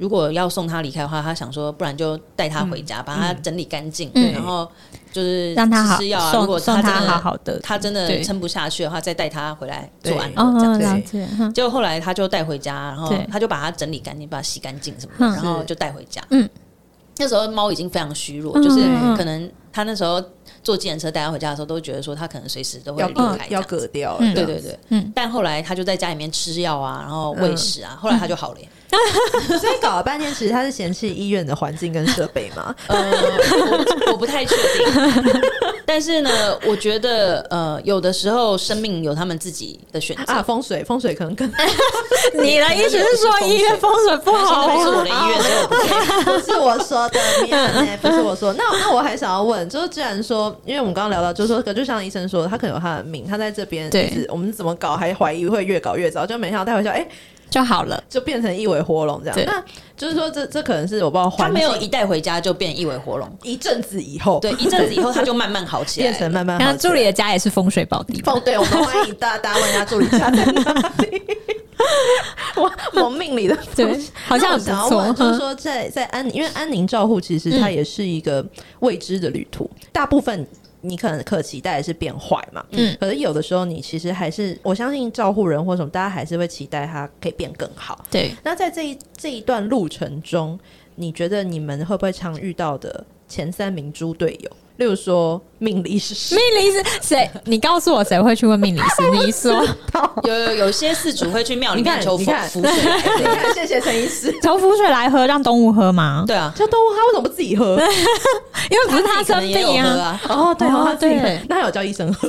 Speaker 3: 如果要送他离开的话，他想说，不然就带他回家，把他整理干净，
Speaker 1: 对
Speaker 3: 然后就是
Speaker 2: 嗯让他好
Speaker 3: 吃药啊。如果
Speaker 2: 送送
Speaker 3: 他真
Speaker 2: 他
Speaker 3: 的
Speaker 2: 好好的，
Speaker 3: 他真的
Speaker 2: 对
Speaker 3: 撑不下去的话，再带他回来做安
Speaker 1: 对
Speaker 3: 乐这样
Speaker 2: 哦，
Speaker 3: 子。
Speaker 2: 了
Speaker 1: 样
Speaker 2: 解，嗯
Speaker 3: 结果后来他就带回家，然后
Speaker 2: 对
Speaker 3: 他就把它整理干净，把它洗干净什么
Speaker 2: 嗯
Speaker 3: 的，然后
Speaker 1: 是
Speaker 3: 就带回家。
Speaker 2: 嗯，
Speaker 3: 那时候猫已经非常虚弱，
Speaker 2: 嗯
Speaker 3: 就是
Speaker 2: 嗯
Speaker 3: 可能他那时候坐计程车带他回家的时候，都觉得说他可能随时都会
Speaker 1: 要
Speaker 3: 离
Speaker 1: 割
Speaker 3: 开这
Speaker 1: 嗯要
Speaker 3: 样子。
Speaker 1: 割掉了，
Speaker 2: 嗯
Speaker 1: 这
Speaker 3: 对
Speaker 1: 样
Speaker 3: 对对，
Speaker 2: 嗯
Speaker 3: 但后来他就在家里面吃药啊，然后喂食啊，后来他就好了耶。
Speaker 1: 所以搞了半天，其实他是嫌弃医院的环境跟设备 嘛，
Speaker 3: 呃，我我不太确定， 但是呢，我觉得呃，有的时候生命有他们自己的选择。
Speaker 1: 啊，风水风水可能更
Speaker 2: 你的意思是说医院风水不好
Speaker 3: 那
Speaker 2: 啊？
Speaker 3: 不是我的医院，所以我不太
Speaker 1: 哦 不是我说的，没有呢 不是我说。那那我还想要问，就是既然说，因为我们刚刚聊到，就是说，可就像医生说，他可能有他的命，他在这边，
Speaker 2: 对
Speaker 1: 就是我们怎么搞，还怀疑会越搞越糟，就没想到带回家，哎、
Speaker 2: 就好了。
Speaker 1: 就变成一尾活龙这样
Speaker 2: 对。
Speaker 1: 那就是说这，这可能是我不知道环
Speaker 3: 他
Speaker 1: 境，
Speaker 3: 没有一带回家就变一尾活龙，
Speaker 1: 一阵子以后，
Speaker 3: 对，一阵子以后他就慢慢好 起
Speaker 1: 变
Speaker 3: 来
Speaker 1: 成
Speaker 3: 了。
Speaker 1: 慢慢
Speaker 2: 然
Speaker 1: 好
Speaker 2: 后助理的家也是风水宝地嘛，
Speaker 1: 哦，对，我们欢迎大大家问一下助理家在哪里。我我命里的
Speaker 2: 对，好像很
Speaker 1: 想要
Speaker 2: 不错嗯
Speaker 1: 问，。就是说在在安，因为安宁照护其实它也是一个未知的旅途，大部分。你可能可期待的是变坏嘛，
Speaker 2: 嗯
Speaker 1: 嗯，可是有的时候你其实还是，我相信照护人或什么，大家还是会期待它可以变更好。
Speaker 2: 对，
Speaker 1: 那在这一这一段路程中，你觉得你们会不会常遇到的前三名猪队友，例如说命理师
Speaker 2: 命，理师谁？你告诉我谁会去问命理师？你说
Speaker 3: 有有有些事主会去庙里 面
Speaker 1: 你看
Speaker 3: 求符
Speaker 1: 你看
Speaker 3: 符水来
Speaker 1: 你
Speaker 3: 喝，
Speaker 1: 看， 谢谢陈医师，
Speaker 2: 投符水来喝，让动物喝吗？
Speaker 3: 对啊，
Speaker 1: 这动物它为什么不自己喝？
Speaker 2: 因为不是他
Speaker 3: 可
Speaker 2: 生
Speaker 3: 能也有
Speaker 2: 病
Speaker 3: 喝
Speaker 2: 啊。
Speaker 3: 啊。
Speaker 1: 哦，对
Speaker 2: 哦
Speaker 1: 哦，它自己喝
Speaker 2: 对
Speaker 1: 那还有叫医生喝。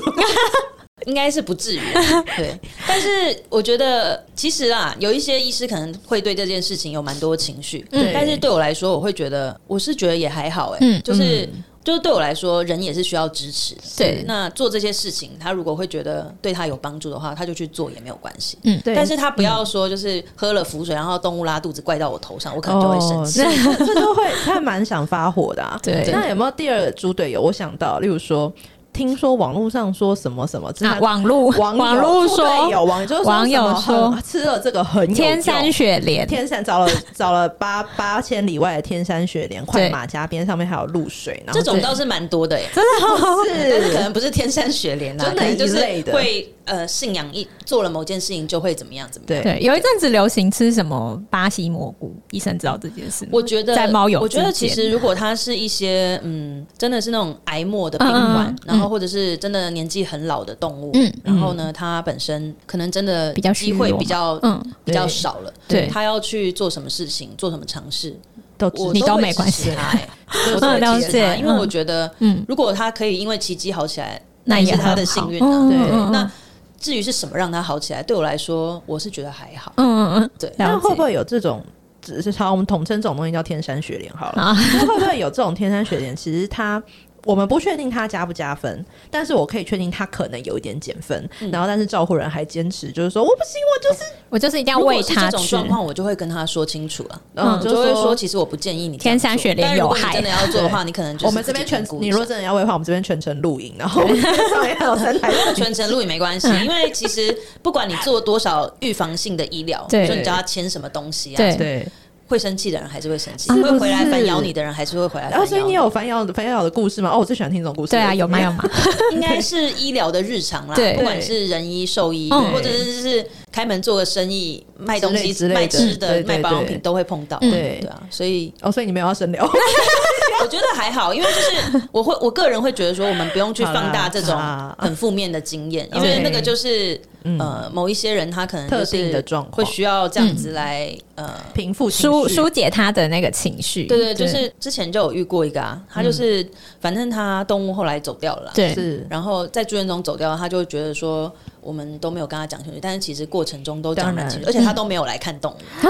Speaker 3: 应该是不至于啊，对。但是我觉得，其实啊，有一些医师可能会对这件事情有蛮多情绪，
Speaker 1: 对
Speaker 3: 但是对我来说，我会觉得，我是觉得也还好、欸，哎、
Speaker 2: 嗯
Speaker 3: 就是。就是对我来说，人也是需要支持的。
Speaker 2: 对
Speaker 3: 那做这些事情，他如果会觉得对他有帮助的话，他就去做也没有关系。
Speaker 1: 对，
Speaker 3: 但是他不要说就是喝了浮水，然后动物拉肚子怪到我头上，我可能就会生气。
Speaker 1: 哦、这这就会他蛮想发火的、啊。
Speaker 2: 对
Speaker 1: 那有没有第二个猪队友？我想到，例如说，听说网络上说什么什么，这
Speaker 2: 啊，网路
Speaker 1: 网
Speaker 2: 网
Speaker 1: 友
Speaker 2: 路
Speaker 1: 猪队
Speaker 2: 说
Speaker 1: 友网就是
Speaker 2: 网友
Speaker 1: 什么很啊
Speaker 2: 说
Speaker 1: 吃了这个很有
Speaker 2: 天
Speaker 1: 用
Speaker 2: 山雪莲，
Speaker 1: 天山找了找了八八千里外的天山雪莲，快马加鞭，上面还有露水，然后
Speaker 3: 这种倒是蛮多的耶，欸
Speaker 2: 哦
Speaker 3: 但是可
Speaker 1: 是
Speaker 3: 能不是天山雪莲啦，啊
Speaker 1: 真的
Speaker 3: 可能就是
Speaker 1: 一类的
Speaker 3: 会呃信仰一做了某件事情就会怎么样怎么样。
Speaker 1: 对
Speaker 2: 对，有一阵子流行吃什么巴西蘑菇，医生知道这件事吗？
Speaker 3: 我觉得
Speaker 2: 在猫友
Speaker 3: 我觉得
Speaker 2: 之
Speaker 3: 其
Speaker 2: 间
Speaker 3: 实如果它是一些嗯，真的是那种癌末的病
Speaker 2: 嗯嗯嗯
Speaker 3: 患，然后
Speaker 2: 嗯
Speaker 3: 或者是真的年纪很老的动物，
Speaker 2: 嗯
Speaker 3: 然后呢，它本身可能真的
Speaker 2: 比较虚
Speaker 3: 机会
Speaker 2: 弱
Speaker 3: 比
Speaker 2: 嘛
Speaker 3: 较
Speaker 2: 嗯，
Speaker 3: 比较
Speaker 1: 对
Speaker 3: 少了，
Speaker 2: 对
Speaker 3: 它要去做什么事情，做什么尝试，
Speaker 1: 都
Speaker 3: 我
Speaker 2: 你都
Speaker 3: 会
Speaker 2: 没
Speaker 3: 支
Speaker 2: 关
Speaker 3: 持
Speaker 2: 系
Speaker 3: 它欸我都
Speaker 2: 嗯
Speaker 3: 会
Speaker 2: 了
Speaker 3: 支持它
Speaker 2: 解
Speaker 3: 因为我
Speaker 2: 嗯
Speaker 3: 觉得
Speaker 2: 嗯，
Speaker 3: 如果它可以因为奇迹好起来，
Speaker 2: 那
Speaker 3: 也
Speaker 2: 也
Speaker 3: 是它
Speaker 2: 很
Speaker 3: 的
Speaker 2: 好
Speaker 3: 幸运啊。
Speaker 2: 嗯
Speaker 1: 对
Speaker 2: 嗯嗯
Speaker 3: 那至于是什么让它好起来，对我来说，我是觉得还好。
Speaker 2: 嗯嗯嗯，
Speaker 3: 对
Speaker 2: 了
Speaker 1: 那
Speaker 2: 解
Speaker 1: 会不会有这种？只是好，我们统称这种东西叫天山雪莲好了。
Speaker 2: 啊
Speaker 1: 那会不会有这种天山雪莲？其实它我们不确定它加不加分，但是我可以确定它可能有一点减分。
Speaker 2: 嗯
Speaker 1: 然后，但是照护人还坚持，就是说我不行，我就是，
Speaker 2: 我就是一定要
Speaker 3: 如果
Speaker 2: 喂
Speaker 3: 是
Speaker 2: 它
Speaker 3: 这种
Speaker 2: 吃。
Speaker 3: 状况，我就会跟他说清楚啊。
Speaker 1: 嗯
Speaker 3: 我
Speaker 1: 就
Speaker 3: 就会
Speaker 1: 说
Speaker 3: 说，其实我不建议你这
Speaker 2: 天
Speaker 3: 样
Speaker 2: 山
Speaker 3: 做
Speaker 2: 雪莲
Speaker 3: 但如
Speaker 2: 有
Speaker 3: 果你
Speaker 2: 害
Speaker 3: 真的要做的话，你可能就是
Speaker 1: 我们这边全，你如果真的要规划，我们这边全程录影，然后 上面还有三台摄影机
Speaker 3: 全程录也 没关系，因为其实不管你做多少预防性的医疗，
Speaker 2: 对
Speaker 3: 就你叫他签什么东西 啊，
Speaker 2: 对
Speaker 1: 对，
Speaker 3: 会生气的人还是会生气，
Speaker 1: 啊
Speaker 2: 是不是
Speaker 3: 会回来反咬你的人还是会回来
Speaker 1: 然
Speaker 3: 反
Speaker 1: 后
Speaker 3: 咬。
Speaker 1: 哦所以你有反咬反咬的故事吗？哦，我最喜欢听这种故事。
Speaker 2: 对啊，有吗？有吗？
Speaker 3: 应该是医疗的日常啦，
Speaker 2: 对
Speaker 3: 不管是人医、兽医，
Speaker 2: 嗯
Speaker 3: 或者是是开门做个生意、卖东西、
Speaker 1: 之类
Speaker 3: 卖
Speaker 1: 之类的
Speaker 3: 吃
Speaker 1: 对
Speaker 3: 的、
Speaker 1: 对
Speaker 3: 卖保养
Speaker 1: 对
Speaker 3: 品都会碰到，
Speaker 2: 嗯
Speaker 3: 对啊，所以
Speaker 1: 哦，所以你没有要深聊，
Speaker 3: 我觉得还好，因为就是我会我个人会觉得说，我们不用去放大这种
Speaker 1: 好啦
Speaker 3: 很负面的经验，
Speaker 1: 好
Speaker 3: 因
Speaker 1: 啦
Speaker 3: 为那个就是
Speaker 1: 嗯
Speaker 3: 呃某一些人他可能
Speaker 1: 特
Speaker 3: 就
Speaker 1: 定的
Speaker 3: 是
Speaker 1: 状
Speaker 3: 会
Speaker 1: 况，嗯
Speaker 3: 需要这样子来呃。
Speaker 1: 平复情
Speaker 2: 疏
Speaker 1: 绪
Speaker 2: 疏解它的那个情绪。
Speaker 3: 对对，就是之前就有遇过一个啊，他就是、
Speaker 1: 嗯
Speaker 3: 反正他动物后来走掉了啦，
Speaker 2: 对
Speaker 1: 是
Speaker 3: 然后在住院中走掉，他就觉得说我们都没有跟他讲清楚，但是其实过程中都讲得蛮清楚，而
Speaker 1: 当
Speaker 3: 且他都没有来看动物，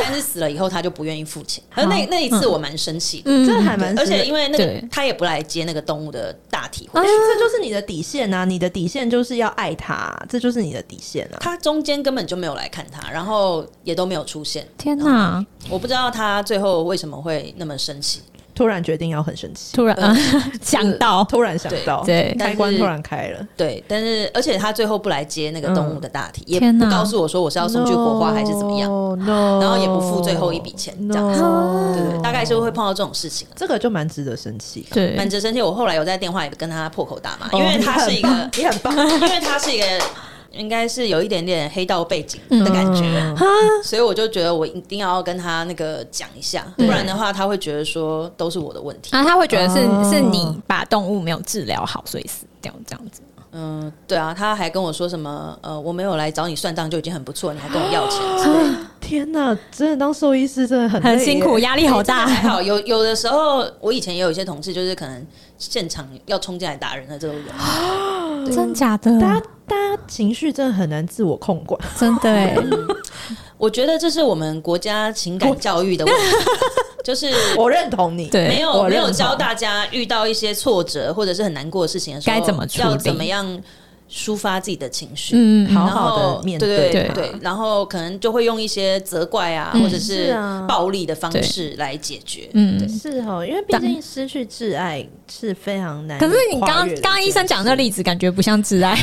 Speaker 3: 但是死了以后他就不愿意付钱。而那那一次我蛮生气的，
Speaker 2: 嗯
Speaker 1: 这还蛮，
Speaker 3: 而且因为那个
Speaker 2: 对
Speaker 3: 他也不来接那个动物的大体会，
Speaker 1: 因为哎这就是你的底线啊，你的底线就是要爱他，啊这就是你的底线啊。
Speaker 3: 他中间根本就没有来看他，然后也都没有出现，
Speaker 2: 天哪！
Speaker 3: 我不知道他最后为什么会那么生气。
Speaker 1: 突然决定要很生气，
Speaker 2: 突然
Speaker 3: 呃
Speaker 2: 想到，
Speaker 1: 突然想到，
Speaker 2: 对
Speaker 1: 开关
Speaker 3: 但是
Speaker 1: 突然开了，
Speaker 3: 对，但是而且他最后不来接那个动物的大体，也
Speaker 2: 天哪
Speaker 3: 不告诉我说我是要送去火化还是怎么样，啊
Speaker 1: ，no,
Speaker 3: 然后也不付最后一笔钱这样子
Speaker 1: no
Speaker 3: 对对对，大概就会碰到这种事情。啊
Speaker 1: 这个就蛮值得生气的，
Speaker 2: 对，
Speaker 3: 蛮值生气。我后来有在电话里跟他破口大骂，
Speaker 1: 哦
Speaker 3: 因为他是一个，
Speaker 1: 你很棒，你很棒
Speaker 3: 因为他是一个，应该是有一点点黑道背景的感觉，
Speaker 1: 嗯
Speaker 3: 所以我就觉得我一定要跟他那个讲一下，不
Speaker 2: 对啊
Speaker 3: 然的话他会觉得说都是我的问题。
Speaker 2: 然后他会觉得是
Speaker 1: 哦
Speaker 2: 是你把动物没有治疗好，所以死掉这样子。
Speaker 3: 嗯，对啊，他还跟我说什么，呃，我没有来找你算账就已经很不错，你还跟我要钱。
Speaker 1: 啊天哪，真的当兽医师真的很
Speaker 2: 很
Speaker 1: 累
Speaker 2: 辛苦，
Speaker 1: 耶
Speaker 2: 压力好大。
Speaker 3: 还好有有的时候，我以前也有一些同事，就是可能现场要冲进来打人的这种人，
Speaker 2: 真假的？
Speaker 1: 大家大家情绪真的很难自我控管，
Speaker 2: 真的 哎，
Speaker 3: 我觉得这是我们国家情感教育的问题，就是
Speaker 1: 我认同你，
Speaker 2: 对
Speaker 3: 没有
Speaker 1: 我
Speaker 3: 没有
Speaker 1: 认
Speaker 3: 教
Speaker 1: 同
Speaker 3: 大家遇到一些挫折或者是很难过的事情的时候，
Speaker 2: 该怎么处理
Speaker 3: 要怎么样抒发自己的情绪。
Speaker 2: 嗯，
Speaker 1: 好
Speaker 3: 然后
Speaker 1: 好地面
Speaker 3: 对
Speaker 1: 对
Speaker 3: 对
Speaker 1: 它
Speaker 3: 然后可能就会用一些责怪啊，
Speaker 2: 嗯
Speaker 3: 或者
Speaker 1: 是
Speaker 3: 是
Speaker 1: 啊
Speaker 3: 暴力的方式来解决。
Speaker 2: 嗯
Speaker 3: 对
Speaker 1: 是哦，因为毕
Speaker 2: 但
Speaker 1: 竟失去挚爱是非常难。
Speaker 2: 可是你刚刚刚医生讲这，例子，感觉不像挚爱。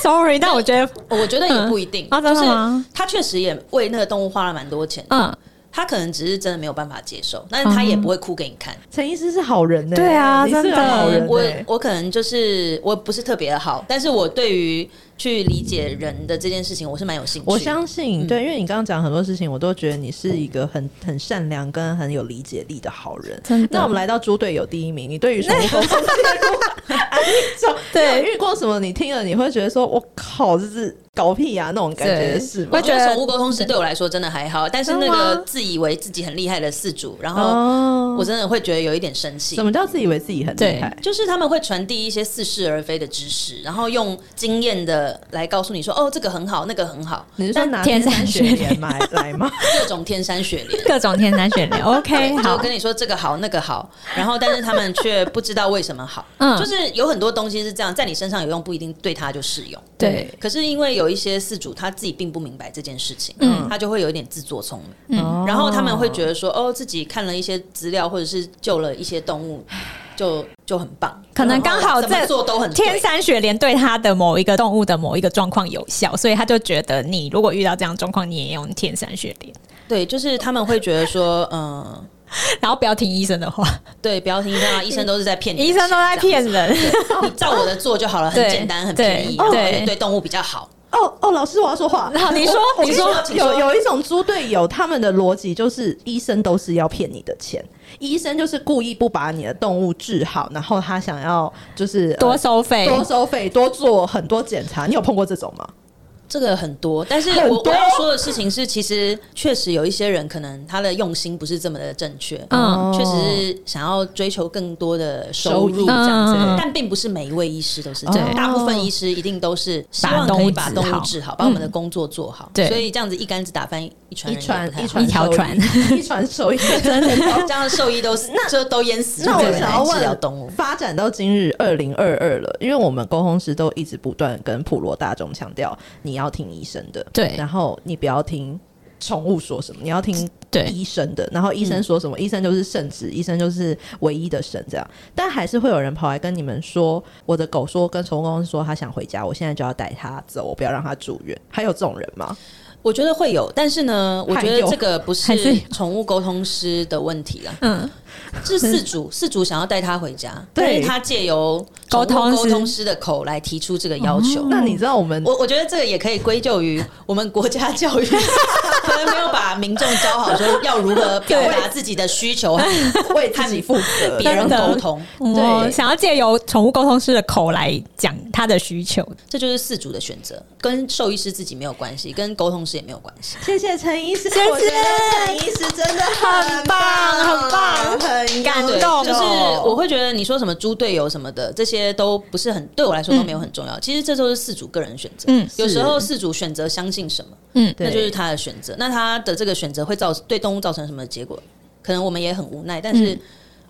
Speaker 2: Sorry，但我觉得
Speaker 3: 我觉得也不一定，
Speaker 2: 啊，真
Speaker 3: 就
Speaker 2: 的
Speaker 3: 是
Speaker 2: 吗？
Speaker 3: 他确实也为那个动物花了蛮多钱，
Speaker 2: 嗯，
Speaker 3: 他可能只是真的没有办法接受，但是他也不会哭给你看。
Speaker 1: 陈医师是好人呢、
Speaker 2: 对啊
Speaker 1: 你是
Speaker 2: 真
Speaker 1: 个
Speaker 2: 的
Speaker 1: 好人、
Speaker 3: 我
Speaker 1: 欸。
Speaker 3: 呃我可能就是我不是特别的好，但是我对于去理解人的这件事情，我是嗯蛮有兴趣的。
Speaker 1: 我相信，对，因为你刚刚讲很多事情，我都觉得你是一个很很善良跟很有理解力的好人。
Speaker 2: 真的
Speaker 1: 那我们来到猪队友第一名，你对于什么公 司介入安利中？
Speaker 2: 对
Speaker 1: 你有遇过什么？你听了你会觉得说，我靠，这是搞屁啊那种感觉
Speaker 2: 对
Speaker 1: 的事吗
Speaker 2: 会
Speaker 3: 我？
Speaker 2: 觉
Speaker 3: 觉
Speaker 2: 得
Speaker 3: 得宠物沟通师对我来说真的还好，但是那
Speaker 2: 真的
Speaker 3: 个
Speaker 2: 吗
Speaker 3: 自以为自己很厉害的饲主，然后
Speaker 1: 哦
Speaker 3: 我真的会觉得有一点生气
Speaker 1: 什。么叫自以为自己很厉害？
Speaker 3: 就是他们会传递一些似是而非的知识，然后用经验的来告诉你说，哦，这个很好，那个很好，
Speaker 1: 你是说拿天山雪莲买来吗？
Speaker 3: 各种天山雪莲。
Speaker 2: 各种天山选 莲，OK，
Speaker 3: 就
Speaker 2: 好，
Speaker 3: 跟你说这个好那个好，然后但是他们却不知道为什么好，
Speaker 2: 嗯
Speaker 3: 就是有很多东西是这样，在你身上有用，不一定对他就适用。
Speaker 2: 对，
Speaker 3: 可是因为有一些事主他自己并不明白这件事情，
Speaker 2: 嗯
Speaker 3: 他就会有一点自作聪 明，
Speaker 1: 嗯
Speaker 3: 然后他们会觉得说，哦，自己看了一些资料，或者是救了一些动 物，就就很棒，
Speaker 2: 可能刚好
Speaker 3: 然后怎么
Speaker 2: 这
Speaker 3: 做都很对
Speaker 2: 天山雪莲对他的某一个动物的某一个状况有效，所以他就觉得你如果遇到这样的状况，你也用天山雪莲，
Speaker 3: 对，就是他们会觉得说，嗯，
Speaker 2: 然后不要听医生的话，
Speaker 3: 对，不要听他，医生都是在骗你的，
Speaker 2: 医生都在骗人。
Speaker 3: 你照我的做就好了，很
Speaker 2: 对
Speaker 3: 简单，很便
Speaker 2: 对
Speaker 3: 宜，然后
Speaker 2: 对
Speaker 3: 也对动物比较好。
Speaker 1: 哦哦，老师，我要说话。
Speaker 2: 好你说
Speaker 1: 我我
Speaker 2: 你说
Speaker 1: 跟你有有一种猪队友，他们的逻辑就是医生都是要骗你的钱，医生就是故意不把你的动物治好，然后他想要就是呃
Speaker 2: 多收费，
Speaker 1: 多收费，多做很多检查。你有碰过这种吗？
Speaker 3: 这个很多，但是
Speaker 1: 很
Speaker 3: 我
Speaker 1: 多
Speaker 3: 我要说的事情是，其实确实有一些人可能他的用心不是这么的正确，
Speaker 1: 哦
Speaker 2: 嗯
Speaker 3: 确实是想要追求更多的收
Speaker 1: 收
Speaker 3: 入
Speaker 1: 益
Speaker 3: 这样子，
Speaker 2: 嗯
Speaker 3: 但并不是每一位医师都是这
Speaker 1: 对
Speaker 3: 样，大部分医师一定都是希望可以把动物治好，把我们的工作做好，
Speaker 2: 对
Speaker 3: 所以这样子一竿子打翻一船
Speaker 1: 一
Speaker 3: 人也不太好，哦
Speaker 1: 传一传
Speaker 2: 一条
Speaker 1: 手艺
Speaker 2: 船，
Speaker 1: 一传手 艺，真的
Speaker 3: 这样兽医都是就都淹死，
Speaker 1: 那我
Speaker 3: 就没有人
Speaker 1: 想要
Speaker 3: 来治疗
Speaker 1: 问，
Speaker 3: 动物。
Speaker 1: 发展到今日二零二二了，因为我们沟通师都一直不断跟普罗大众强调，你要听医生的，
Speaker 2: 对
Speaker 1: 然后你不要听宠物说什么，你要听
Speaker 2: 对
Speaker 1: 医生的，然后医生说
Speaker 3: 嗯
Speaker 1: 什么，医生就是圣旨，医生就是唯一的神，这样。但还是会有人跑来跟你们说，我的狗说跟宠物公司说它想回家，我现在就要带它走，我不要让它住院。还有这种人吗？
Speaker 3: 我觉得会有，但是呢，我觉
Speaker 1: 还
Speaker 3: 得
Speaker 1: 有
Speaker 3: 这个不
Speaker 2: 还是
Speaker 3: 是
Speaker 2: 有
Speaker 3: 宠物沟通师的问题啦，
Speaker 2: 嗯，
Speaker 3: 是饲主，饲主想要带他回家，
Speaker 1: 对
Speaker 3: 但是他借由
Speaker 2: 沟通师
Speaker 3: 宠物沟通师的口来提出这个要求。
Speaker 1: 那你知道我们
Speaker 3: 我我觉得这个也可以归咎于我们国家教育 可能没有把民众教好，说要如何表达自己的需求和
Speaker 1: 为自己负责，
Speaker 3: 别人
Speaker 2: 真的
Speaker 3: 沟通，
Speaker 2: 我
Speaker 1: 对
Speaker 2: 想要借由宠物沟通师的口来讲他的需求，
Speaker 3: 这就是饲主的选择，跟兽医师自己没有关系，跟沟通师也没有关系。
Speaker 1: 谢谢陈医师，
Speaker 2: 谢
Speaker 1: 我觉得陈医师真的很棒，
Speaker 2: 很棒很棒
Speaker 1: 很感嗯
Speaker 2: 感
Speaker 3: 对，
Speaker 2: 动
Speaker 3: 就是
Speaker 2: 哦
Speaker 3: 我会觉得你说什么猪队友什么的，这些都不是很对我来说都没有很重要。其实这都是饲主个人选择，
Speaker 2: 嗯
Speaker 3: 有
Speaker 1: 是
Speaker 3: 时候饲主选择相信什么，
Speaker 2: 嗯，
Speaker 1: 对
Speaker 3: 那就是他的选择。那他的这个选择会造对动物造成什么结果？可能我们也很无奈，但是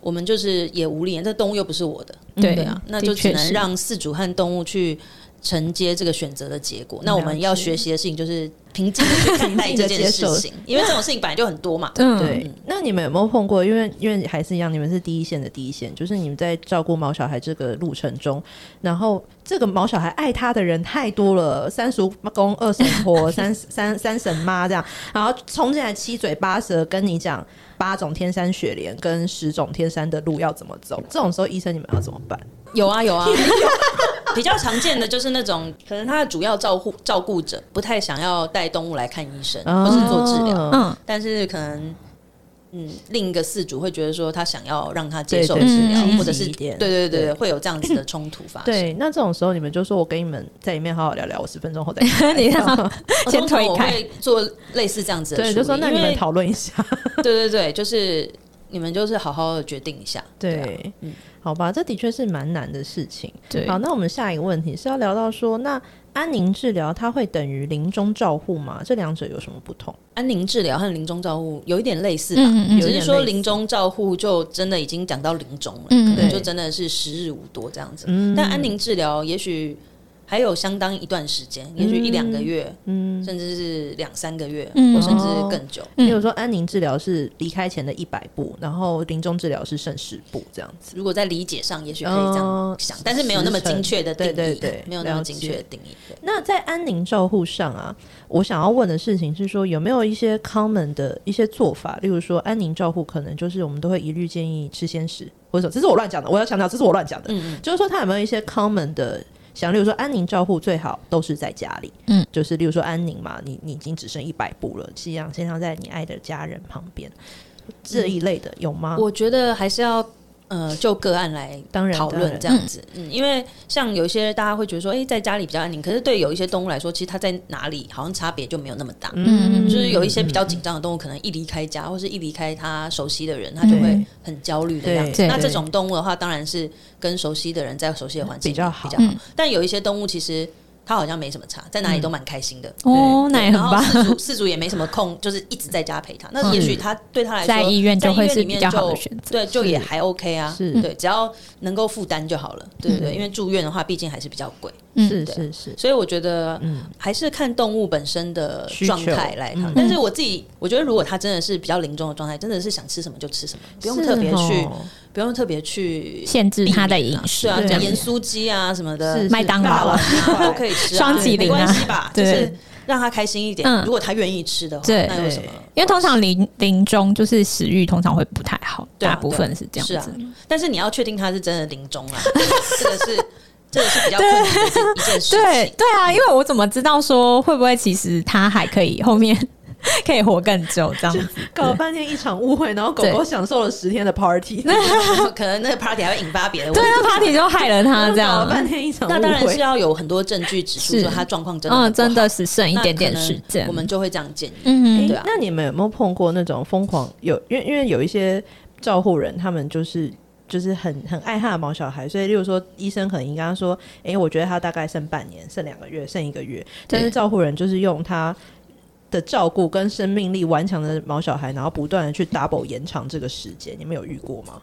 Speaker 3: 我们就是也无力。这动物又不是我的，
Speaker 1: 嗯
Speaker 2: 对
Speaker 3: 啊，那就
Speaker 2: 的
Speaker 3: 只
Speaker 2: 确
Speaker 3: 能
Speaker 2: 是
Speaker 3: 让饲主和动物去承接这个选择的结果。那我们要学习的事情就是平静的去看待
Speaker 1: 平静
Speaker 3: 这
Speaker 1: 地接
Speaker 3: 件事
Speaker 1: 受
Speaker 3: 情，因为这种事情本来就很多嘛。
Speaker 2: 嗯，
Speaker 1: 对，那你们有没有碰过？因为因为还是一样，你们是第一线的第一线，就是你们在照顾毛小孩这个路程中，然后这个毛小孩爱他的人太多了，三叔公、二婶婆、三三三婶妈这样，然后冲进来七嘴八舌跟你讲八种天山雪莲跟十种天山的路要怎么走。这种时候，医生你们要怎么办？
Speaker 3: 有啊有啊， 比较常见的就是那种可能他的主要照顾照顾者不太想要带动物来看医生或是做治疗，
Speaker 1: 哦
Speaker 2: 嗯，
Speaker 3: 但是可能。嗯，另一个饲主会觉得说他想要让他接受
Speaker 1: 对
Speaker 2: 对
Speaker 3: 治疗
Speaker 2: 嗯，
Speaker 3: 或者
Speaker 1: 积
Speaker 3: 是
Speaker 1: 极一
Speaker 3: 对
Speaker 1: 点
Speaker 3: 对对
Speaker 1: 对
Speaker 3: 对，会有这样子的冲突发生。
Speaker 1: 对，那这种时候你们就说我跟你们在里面好好聊聊，我十分钟后 再
Speaker 2: 你让
Speaker 3: 哦
Speaker 2: 先
Speaker 3: 通常
Speaker 2: 推
Speaker 3: 我
Speaker 2: 开
Speaker 3: 会做类似这样子的处
Speaker 1: 对，
Speaker 3: 理，
Speaker 1: 就说那你
Speaker 3: 因
Speaker 1: 们
Speaker 3: 为
Speaker 1: 讨论一下。
Speaker 3: 对对对，就是你们就是好好的决定一下。啊
Speaker 1: 对，
Speaker 3: 嗯
Speaker 1: 好吧，这的确是蛮难的事情。
Speaker 2: 对
Speaker 1: 好，那我们下一个问题是要聊到说，那安宁治疗它会等于临终照护吗？这两者有什么不同？
Speaker 3: 安宁治疗和啊临终照护有一点类似吧，
Speaker 2: 嗯嗯
Speaker 1: 有
Speaker 3: 只
Speaker 1: 一
Speaker 3: 是
Speaker 1: 点类
Speaker 3: 说
Speaker 1: 似
Speaker 3: 临终照护就真的已经讲到临终了，
Speaker 2: 嗯
Speaker 3: 可能就
Speaker 1: 对嗯
Speaker 3: 真的是时日无多这样子。但安宁治疗也许还有相当一段时间，也许一两个月，
Speaker 1: 嗯，
Speaker 3: 甚至是两三个月，
Speaker 2: 嗯
Speaker 3: 或甚至
Speaker 1: 哦
Speaker 3: 更久。
Speaker 1: 比如说安宁治疗是离开前的一百步，然后临终治疗是剩十步这样子。
Speaker 3: 如果在理解上，也许可以这样
Speaker 1: 哦
Speaker 3: 想，但是没有那么精确的定义，
Speaker 1: 对对对
Speaker 3: 没有那么精确
Speaker 1: 了
Speaker 3: 的
Speaker 1: 解
Speaker 3: 定义。对
Speaker 1: 那在安宁照护上啊，我想要问的事情是说，有没有一些 common 的一些做法？例如说，安宁照护可能就是我们都会一律建议吃鲜食，或者什么这是我乱讲的，我要强调这是我乱讲的。
Speaker 3: 嗯
Speaker 1: 就是说，它有没有一些 common 的？想，例如说安宁照护最好都是在家里，
Speaker 2: 嗯，
Speaker 1: 就是例如说安宁嘛，你你已经只剩一百步了，尽量尽量在你爱的家人旁边，这一类的有吗
Speaker 3: 嗯，？我觉得还是要。嗯、呃就个案来
Speaker 1: 当然
Speaker 3: 讨
Speaker 1: 当
Speaker 3: 论
Speaker 1: 然
Speaker 3: 这样子。嗯，因为像有一些大家会觉得说，哎、在家里比较安宁，可是对有一些动物来说，其实它在哪里好像差别就没有那么大。
Speaker 2: 嗯
Speaker 3: 就是有一些比较紧张的动物，可能一离开家，或是一离开它熟悉的人，它就
Speaker 1: 对
Speaker 3: 会很焦虑的样子。
Speaker 2: 对
Speaker 3: 那
Speaker 1: 对
Speaker 3: 这种动物的话，当然是跟熟悉的人在熟悉的环境
Speaker 1: 比较好
Speaker 3: 比较
Speaker 2: 嗯
Speaker 3: 但有一些动物其实它好像没什么差，在哪里都蛮开心的。
Speaker 2: 哦，那也很
Speaker 3: 然后
Speaker 2: 棒。嗯
Speaker 3: 四主四主也没什么空，就是一直在家陪他。那也许他对他来说，
Speaker 2: 在医院就会
Speaker 3: 在
Speaker 2: 是
Speaker 3: 医院里面
Speaker 2: 比较好的
Speaker 3: 就
Speaker 2: 选择。
Speaker 3: 对，就是也还 OK 啊。
Speaker 1: 是
Speaker 3: 对，只要能够负担就好了。对对对，因为住院的话，毕竟还是比较贵，
Speaker 2: 嗯
Speaker 1: 是
Speaker 3: 对
Speaker 1: 是是，
Speaker 3: 所以我觉得
Speaker 1: 嗯，
Speaker 3: 还是看动物本身的
Speaker 1: 需
Speaker 3: 状
Speaker 1: 求
Speaker 3: 态来看
Speaker 1: 嗯。
Speaker 3: 但是我自己，我觉得如果它真的是比较临终的状态，真的是想吃什么就吃什么，不用
Speaker 1: 是
Speaker 3: 特别去，
Speaker 1: 哦
Speaker 3: 不用特别去
Speaker 2: 限制他的饮食
Speaker 3: 对啊，
Speaker 1: 对
Speaker 3: 讲盐酥鸡啊什么的
Speaker 1: 是，
Speaker 2: 麦当
Speaker 3: 大
Speaker 2: 劳
Speaker 3: 碗
Speaker 2: 啊，
Speaker 3: 啊都 可以吃啊，
Speaker 2: 双麒麟啊
Speaker 3: 没关系吧？就
Speaker 2: 对
Speaker 3: 是让他开心一点。
Speaker 2: 嗯
Speaker 3: 如果他愿意吃的话，
Speaker 2: 对
Speaker 3: 那有什么？
Speaker 2: 因为通常临临终就是食欲通常会不太好，
Speaker 3: 对啊
Speaker 2: 大部分是这样
Speaker 3: 是啊
Speaker 2: 子。，
Speaker 3: 但是你要确定他是真的临终了，啊这个是这个是比较困难的一件一件 事
Speaker 2: 对
Speaker 3: 情。
Speaker 2: 对啊，因为我怎么知道说会不会其实他还可以后面 可以活更久这样子？
Speaker 1: 搞了半天一场误会，然后狗狗
Speaker 2: 对
Speaker 1: 享受了十天的 party，
Speaker 3: 可能那个 party 还会引发别的问
Speaker 2: 对，啊
Speaker 3: 题。
Speaker 2: 那 party 就害了他这
Speaker 1: 搞
Speaker 2: 样
Speaker 1: 了。半天一场误会，
Speaker 3: 啊那当然是要有很多证据指出
Speaker 2: 是
Speaker 3: 说他状况真的很
Speaker 2: 嗯，
Speaker 3: 不好
Speaker 2: 真的只剩一
Speaker 3: 那
Speaker 2: 点点
Speaker 3: 可能
Speaker 2: 时间。
Speaker 3: 我们就会这样建议。
Speaker 2: 嗯
Speaker 1: 诶
Speaker 3: 对啊
Speaker 1: 那你们有没有碰过那种疯狂有？因为因为有一些照护人，他们就是。就是很很爱他的毛小孩，所以例如说医生可能跟他说：“诶，我觉得他大概剩半年、剩两个月、剩一个月。”但是照护人就是用他的照顾跟生命力顽强的毛小孩，然后不断的去 double 延长这个时间。你们有遇过吗？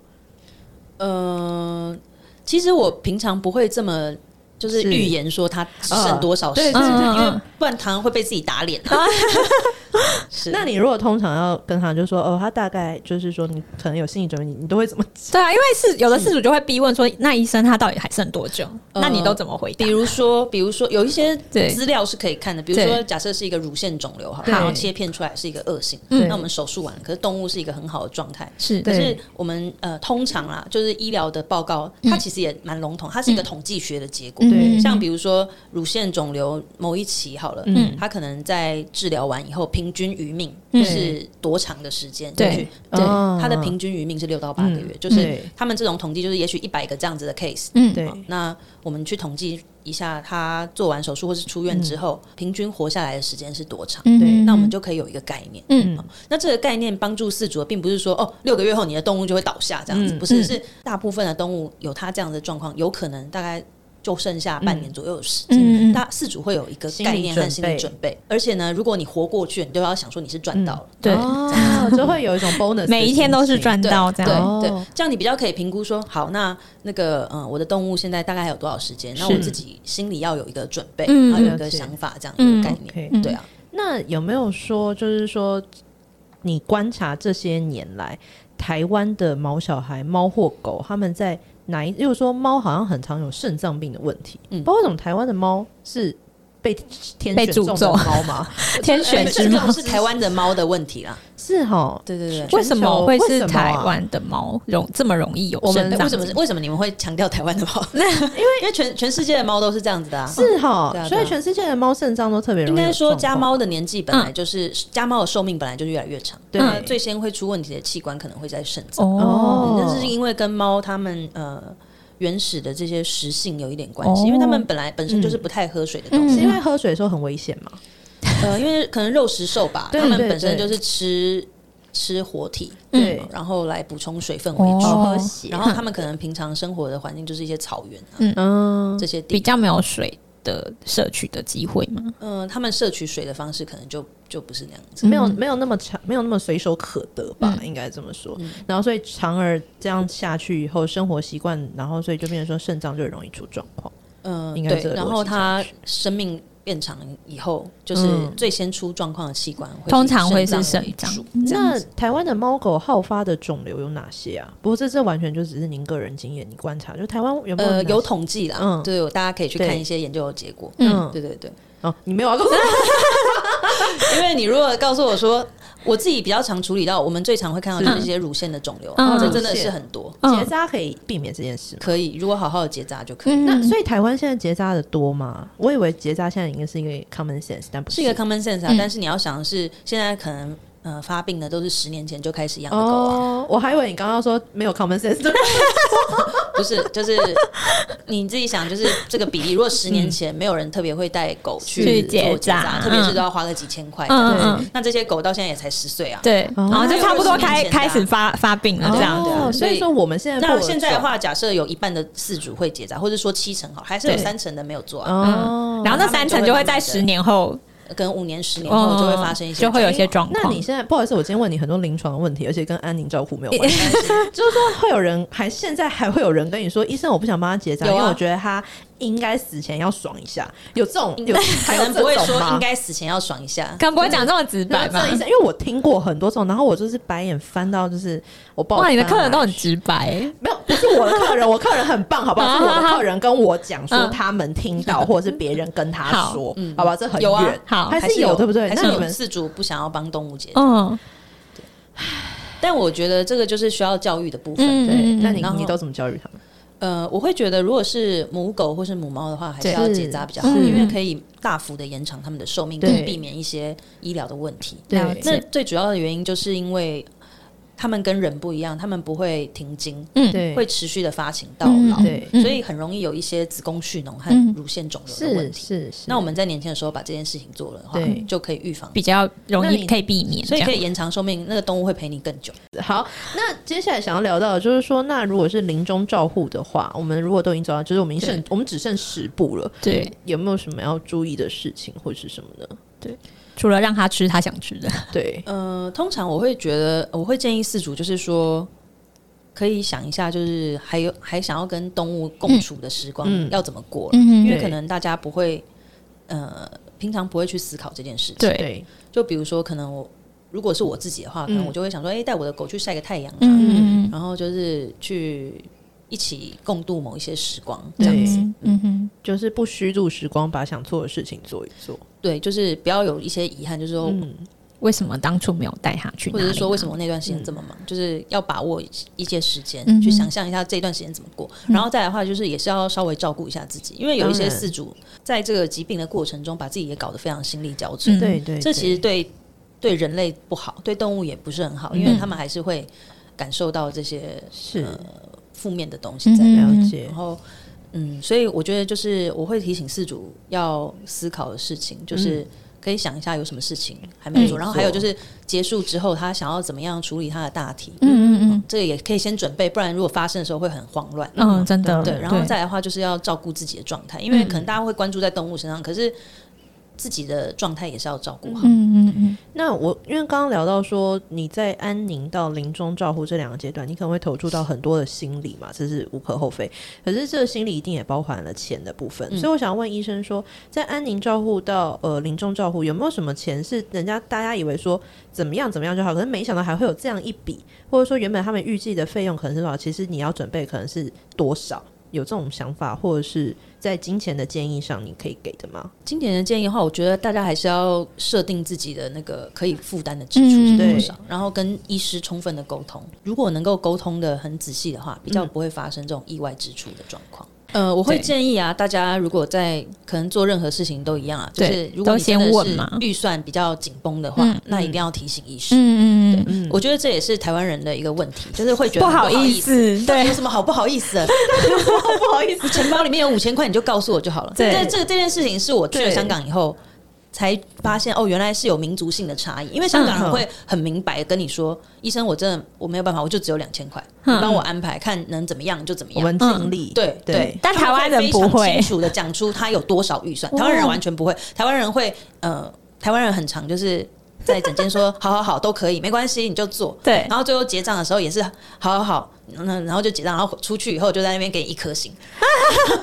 Speaker 3: 嗯，其实我平常不会这么。就是
Speaker 1: 是啊
Speaker 3: 预言说他只剩多少时
Speaker 1: 对
Speaker 3: 间，
Speaker 1: 对
Speaker 2: 对
Speaker 3: 因
Speaker 2: 对
Speaker 3: 为不然常常会被自己打脸啊。 是，
Speaker 1: 那你如果通常要跟他就说：“哦，他大概就是说你可能有心理准备，你你都会怎么
Speaker 2: 对啊，因为是有的事主就会逼问说，那医生他到底还剩多久？
Speaker 3: 呃
Speaker 2: 那你都怎么回答
Speaker 3: 比？如说，比如说有一些
Speaker 2: 对
Speaker 3: 资料是可以看的，比如说
Speaker 2: 对
Speaker 3: 假设是一个乳腺肿瘤好了，
Speaker 1: 对
Speaker 3: 然后切片出来是一个恶性，
Speaker 2: 嗯
Speaker 3: 那我们手术完了，可是动物是一个很好的状态。
Speaker 2: 是
Speaker 3: 可
Speaker 1: 对
Speaker 3: 是我们呃，通常啦，就是医疗的报告，它其实也蛮笼统，它是一个统计学的结果。
Speaker 1: 对
Speaker 2: 嗯
Speaker 3: 像比如说乳腺肿瘤某一期好了，
Speaker 1: 嗯
Speaker 3: 它可能在治疗完以后，平均余命
Speaker 2: 嗯
Speaker 3: 是多长的时间？
Speaker 2: 对
Speaker 3: 也许
Speaker 2: 对
Speaker 1: 哦
Speaker 3: 它的平均余命是六到八个月，
Speaker 1: 嗯
Speaker 3: 就是
Speaker 1: 对
Speaker 3: 他们这种统计，就是也许一百个这样子的 case，
Speaker 2: 嗯
Speaker 1: 对
Speaker 3: 好那我们去统计一下，他做完手术或是出院之后，平均活下来的时间是多长？
Speaker 2: 嗯
Speaker 3: 那我们就可以有一个概念。
Speaker 2: 嗯
Speaker 1: 嗯
Speaker 3: 那这个概念帮助饲主的，并不是说哦，六个月后你的动物就会倒下这样子，
Speaker 1: 嗯
Speaker 3: 不是，
Speaker 2: 嗯
Speaker 3: 是大部分的动物有它这样的状况，有可能大概就剩下半年左右的时间。
Speaker 2: 嗯嗯
Speaker 3: 那饲主会有一个概念和心
Speaker 1: 心
Speaker 3: 理
Speaker 1: 理
Speaker 3: 准
Speaker 1: 准
Speaker 3: 备，而且呢，如果你活过去，你都要想说你是赚到了。
Speaker 2: 对，
Speaker 1: 哦，就会有一种 bonus，
Speaker 2: 每一天都是嗯赚
Speaker 3: 对
Speaker 2: 到这
Speaker 3: 对
Speaker 2: 样。
Speaker 3: 对
Speaker 1: 哦，
Speaker 3: 这样你比较可以评估说，好，那那个嗯，我的动物现在大概还有多少时间？那我
Speaker 1: 是
Speaker 3: 自己心里要有一个准备，
Speaker 2: 嗯
Speaker 3: 然后有一个
Speaker 1: 了解
Speaker 3: 想法，这样一个
Speaker 2: 嗯
Speaker 3: 概念，
Speaker 1: OK
Speaker 3: 对啊。
Speaker 1: 那有没有说，就是说，你观察这些年来，台湾的毛小孩、猫或狗，他们在哪一？例如说，猫好像很常有肾脏病的问题，
Speaker 3: 嗯
Speaker 1: 不知道为什么台湾的猫是被天
Speaker 2: 被
Speaker 1: 选
Speaker 2: 诅
Speaker 1: 中的
Speaker 2: 咒
Speaker 1: 猫 吗？
Speaker 2: 天选
Speaker 3: 哎
Speaker 2: 之
Speaker 3: 这
Speaker 2: 猫
Speaker 3: 种是台湾的猫的问题啦，
Speaker 1: 是哈，
Speaker 3: 对对对。
Speaker 1: 全
Speaker 2: 为什么
Speaker 1: 球
Speaker 2: 会
Speaker 1: 为
Speaker 2: 是
Speaker 1: 什么啊
Speaker 2: 台湾的猫容这么容易有
Speaker 1: 我们
Speaker 2: 肾
Speaker 3: 哎
Speaker 2: 脏
Speaker 3: 为什么是
Speaker 2: 病？
Speaker 3: 为什么你们会强调台湾 的猫？因为因为全全世界的猫都是这样子的啊。
Speaker 1: 是哈
Speaker 3: 对啊对啊，
Speaker 1: 所以全世界的猫肾脏都特别容
Speaker 3: 应
Speaker 1: 易
Speaker 3: 该说
Speaker 1: 有
Speaker 3: 家
Speaker 1: 状况，
Speaker 3: 猫的年纪本
Speaker 1: 嗯
Speaker 3: 来就是家猫的寿命本来就越来越长，
Speaker 1: 对
Speaker 3: 那最先会出问题的器官可能会在肾脏。
Speaker 2: 哦
Speaker 1: 哦，
Speaker 3: 但是因为跟猫它们呃原始的这些食性有一点关系，
Speaker 2: 哦
Speaker 3: 因为它们本来本身就是不太喝水的东西，
Speaker 1: 是因为喝水的时候很危险嘛？
Speaker 3: 呃，因为可能肉食兽吧，
Speaker 1: 对
Speaker 3: 它们
Speaker 1: 对
Speaker 3: 本身
Speaker 1: 对
Speaker 3: 就是吃吃活体，
Speaker 1: 对
Speaker 3: 嗯然后来补充水分为主，
Speaker 2: 哦
Speaker 3: 然后它们可能平常生活的环境就是一些草原啊、
Speaker 1: 嗯，
Speaker 3: 这些地
Speaker 2: 比，较没有水的摄取的机会吗？
Speaker 3: 嗯、它们摄取水的方式可能就就不是那嗯样子，
Speaker 1: 没有没有那么长，没有那么随手可得吧，应该这么说。然后所以长而这样下去以后，生活习惯，然后所以就变成说肾脏就容易出状况。
Speaker 3: 嗯、
Speaker 1: 应该这
Speaker 3: 对，
Speaker 1: 个
Speaker 3: 然
Speaker 1: 逻辑
Speaker 3: 后
Speaker 1: 上
Speaker 3: 它
Speaker 1: 去
Speaker 3: 生命。变长以后，就是
Speaker 1: 嗯
Speaker 3: 最先出状况的器官，会是
Speaker 2: 通常会是
Speaker 3: 肾
Speaker 2: 肾脏
Speaker 3: 为主。
Speaker 1: 那台湾的猫狗好发的肿瘤有哪些啊？不过这这完全就只是您个人经验，你观察，就台湾有没有哪
Speaker 3: 呃，
Speaker 1: 些？
Speaker 3: 有统计啦，
Speaker 1: 嗯
Speaker 3: 对，大家可以去看
Speaker 1: 对
Speaker 3: 一些研究的结果。
Speaker 1: 嗯
Speaker 3: 对对对，
Speaker 1: 哦，你没有要告诉
Speaker 3: 嗯
Speaker 1: 我
Speaker 3: 因为你如果告诉我说，我自己比较常处理到，我们最常会看到
Speaker 1: 是
Speaker 3: 就是一些乳腺的肿瘤，
Speaker 2: 嗯
Speaker 3: 这真的是很多。
Speaker 1: 结扎可以避免这件事吗？
Speaker 3: 可以，如果好好的结扎就可以。
Speaker 1: 那
Speaker 2: 嗯，
Speaker 1: 所以台湾现在结扎的多吗？我以为结扎现在应该是一个 common sense，但不
Speaker 3: 是一个 common sense 啊，
Speaker 2: 嗯
Speaker 3: 但是你要想的是，现在可能呃发病的都是十年前就开始养的狗啊，
Speaker 1: 哦，我还以为你刚刚说没有 common sense，对
Speaker 3: 不是就是你自己想，就是这个比例，如果十年前没有人特别会带狗
Speaker 2: 去
Speaker 3: 去
Speaker 2: 结
Speaker 3: 做结
Speaker 2: 扎
Speaker 3: 扎，特别是
Speaker 2: 嗯
Speaker 3: 都要花个几千块，
Speaker 2: 嗯
Speaker 1: 对
Speaker 2: 嗯，
Speaker 3: 那这些狗到现在也才十岁啊。
Speaker 2: 对，
Speaker 1: 哦
Speaker 2: 然后就差不多开
Speaker 3: 对
Speaker 2: 开始发发病了这样。
Speaker 3: 对啊
Speaker 1: 哦所以说我们现在
Speaker 3: 那
Speaker 1: 过
Speaker 3: 现在的
Speaker 1: 了
Speaker 3: 话，假设有一半的饲主会结扎，或者说七成好，还是有
Speaker 2: 对
Speaker 3: 三成的没有做
Speaker 1: 爽
Speaker 3: 啊，
Speaker 1: 哦，
Speaker 2: 嗯然后那三层就会在十年后，
Speaker 3: 可能五年、十年
Speaker 2: 哦
Speaker 3: 后就会发生一些，
Speaker 2: 就会有一些状况。
Speaker 1: 那 你现在不好意思，我今天问你很多临床的问题，而且跟安宁照护没 有关系，就是说会有人还现在还会有人跟你说，医生我不想帮他结扎，
Speaker 3: 有啊
Speaker 1: 因为我觉得他应该死前要爽一下，有这种有
Speaker 3: 可
Speaker 1: 还有
Speaker 3: 能不会
Speaker 1: 这种
Speaker 3: 说
Speaker 1: 吗
Speaker 3: 应 该死前要爽一下，
Speaker 2: 可能不会讲这么直白
Speaker 1: 对，
Speaker 2: 吧
Speaker 1: 这？医生，因为我听过很多种，然后我就是白眼翻到就是我爆啊
Speaker 2: 哇，你的
Speaker 1: 翻
Speaker 2: 客人
Speaker 3: 哦
Speaker 2: 都
Speaker 1: 来
Speaker 2: 很直白，
Speaker 1: 没有，不是我的客人，我客人很棒，好不好？是我的客人跟我讲说
Speaker 2: 嗯
Speaker 1: 他们听到，或者是别人跟他
Speaker 2: 好
Speaker 1: 说，好吧，这很
Speaker 3: 有啊
Speaker 1: 远，
Speaker 2: 好
Speaker 1: 还是有对不对？
Speaker 3: 还
Speaker 1: 那
Speaker 3: 是
Speaker 1: 你
Speaker 3: 有
Speaker 1: 们
Speaker 3: 饲主不想要帮动物结扎，
Speaker 2: 嗯，
Speaker 3: 但我觉得这个就是需要教育的部分。
Speaker 2: 嗯
Speaker 1: 对，那你
Speaker 3: 然后
Speaker 1: 你都怎么教育他们？
Speaker 3: 呃，我会觉得如果是母狗或是母猫的话，还是
Speaker 1: 对
Speaker 3: 要结扎比较好，
Speaker 2: 是
Speaker 3: 因为可以大幅的延长它们的寿命，
Speaker 1: 对
Speaker 3: 并避免一些医疗的问题。
Speaker 2: 了
Speaker 1: 对
Speaker 3: 那
Speaker 2: 解，
Speaker 3: 最主要的原因就是因为它们跟人不一样，它们不会停经，
Speaker 2: 嗯，
Speaker 1: 对
Speaker 3: 会持续的发情到
Speaker 2: 嗯
Speaker 3: 老，
Speaker 1: 对
Speaker 2: 嗯
Speaker 3: 所以很容易有一些子宫蓄脓和
Speaker 2: 嗯
Speaker 3: 乳腺肿瘤的问
Speaker 1: 是
Speaker 3: 题。
Speaker 1: 是是，
Speaker 3: 那我们在年轻的时候把这件事情做了的话
Speaker 1: 对，
Speaker 3: 就可以预防，
Speaker 2: 比较容
Speaker 1: 那
Speaker 2: 易
Speaker 1: 你
Speaker 2: 可以避免这
Speaker 3: 所以
Speaker 2: 样，
Speaker 3: 可以延长寿命，那个动物会陪你更久。
Speaker 1: 好，那接下来想要聊到的就是说，那如果是临终照护的话，我们如果都已经走到，就是我们已经剩我们只剩十步了，
Speaker 2: 对，
Speaker 1: 有没有什么要注意的事情或是什么呢？
Speaker 2: 除了让他吃他想吃的，
Speaker 1: 对，
Speaker 3: 呃，通常我会觉得，我会建议饲主就是说，可以想一下，就是还有还想要跟动物共处的时光
Speaker 1: 嗯
Speaker 3: 要怎么过，
Speaker 2: 嗯
Speaker 3: 因为
Speaker 1: 对
Speaker 3: 可能大家不会，呃，平常不会去思考这件事情。
Speaker 2: 对，
Speaker 1: 对，
Speaker 3: 就比如说，可能我如果是我自己的话，可能
Speaker 1: 嗯
Speaker 3: 我就会想说，哎、带我的狗去晒个太阳啊，
Speaker 2: 嗯嗯
Speaker 3: 然后就是去一起共度某一些时光，
Speaker 2: 嗯，
Speaker 3: 这样子。
Speaker 2: 嗯嗯哼，
Speaker 1: 就是不虚度时光，把想做的事情做一做。
Speaker 3: 对，就是不要有一些遗憾，就是说，
Speaker 1: 嗯，
Speaker 2: 为什么当初没有带他去？啊
Speaker 3: 或者是说为什
Speaker 2: 么？
Speaker 3: 么那段时间这么忙，就是要把握一些时间、
Speaker 2: 嗯哼
Speaker 3: 去想象一下这段时间怎么过，然后再来的话就是也是要稍微照顾一下自己，因为有一些
Speaker 1: 当然
Speaker 3: 饲主在这个疾病的过程中，把自己也搞得非常心力交瘁，
Speaker 2: 嗯
Speaker 1: 对对，
Speaker 3: 这其实对对人类不好，对动物也不是很好，因为他们还是会感受到这些呃
Speaker 1: 是
Speaker 3: 负面的东西在。
Speaker 2: 嗯
Speaker 1: 了解
Speaker 3: 然。后，嗯，所以我觉得就是我会提醒饲主要思考的事情，就是可以想一下有什么事情还没有做，
Speaker 1: 嗯
Speaker 3: 然后还有就是结束之后他想要怎么样处理他的大题，
Speaker 2: 嗯嗯
Speaker 3: 这个也可以先准备，不然如果发生的时候会很慌乱。
Speaker 2: 嗯嗯，真的
Speaker 3: 对，然后再来的话就是要照顾自己的状态，因为可能大家会关注在动物身上，可是自己的状态也是要照顾好。
Speaker 2: 嗯嗯嗯，
Speaker 1: 那我因为刚刚聊到说，你在安宁到临终照护这两个阶段，你可能会投注到很多的心理嘛，这是无可厚非。可是这个心理一定也包含了钱的部分，所以我想问医生说，在安宁照护到呃临终照护，有没有什么钱是人家大家以为说怎么样怎么样就好，可是没想到还会有这样一笔，或者说原本他们预计的费用可能是多少，其实你要准备可能是多少？有这种想法，或者是在金钱的建议上，你可以给的吗？
Speaker 3: 经典的建议的话，我觉得大家还是要设定自己的那个可以负担的支出
Speaker 2: 嗯
Speaker 3: 是多
Speaker 1: 对
Speaker 3: 少，然后跟医师充分的沟通。如果能够沟通的很仔细的话，比较不会发生这种意外支出的状况。嗯呃，我会
Speaker 2: 对
Speaker 3: 建议啊，大家如果在可能做任何事情都一样啊，就
Speaker 2: 对
Speaker 3: 是如果
Speaker 2: 都
Speaker 3: 你真
Speaker 2: 先
Speaker 3: 的
Speaker 2: 问
Speaker 3: 是
Speaker 2: 嘛
Speaker 3: 预算比较紧绷的话，
Speaker 2: 嗯
Speaker 3: 那一定要提醒医师。
Speaker 2: 嗯嗯嗯，
Speaker 1: 嗯，
Speaker 3: 我觉得这也是台湾人的一个问题，就是会觉得
Speaker 2: 不
Speaker 3: 很
Speaker 2: 好
Speaker 3: 意
Speaker 2: 意，思，
Speaker 3: 到底
Speaker 2: 对
Speaker 3: 有，什么好不好意 思的？
Speaker 1: 不好意思，
Speaker 3: 你钱包里面有五千块，你就告诉我就好了。
Speaker 2: 对
Speaker 3: 这这这件事情是我去了
Speaker 1: 对
Speaker 3: 香港以后才发现，哦，原来是有民族性的差异。因为香港
Speaker 1: 嗯
Speaker 3: 人
Speaker 1: 嗯
Speaker 3: 会很明白地跟你说，医生，我真的我没有办法，我就只有两千块，你
Speaker 2: 嗯
Speaker 3: 帮我安排，看能怎么样就怎么
Speaker 1: 我
Speaker 3: 样。
Speaker 1: 们尽力，
Speaker 3: 嗯对
Speaker 1: 对
Speaker 2: 但台湾人不会
Speaker 3: 他们清楚的讲出他有多少预算，台湾人完全不会，台湾人会呃，台湾人很长就是。在整间说好好好都可以，没关系，你就做。
Speaker 2: 对
Speaker 3: 然后最后结账的时候也是好好好，那然后就结账，然后出去以后就在那边给你一颗星，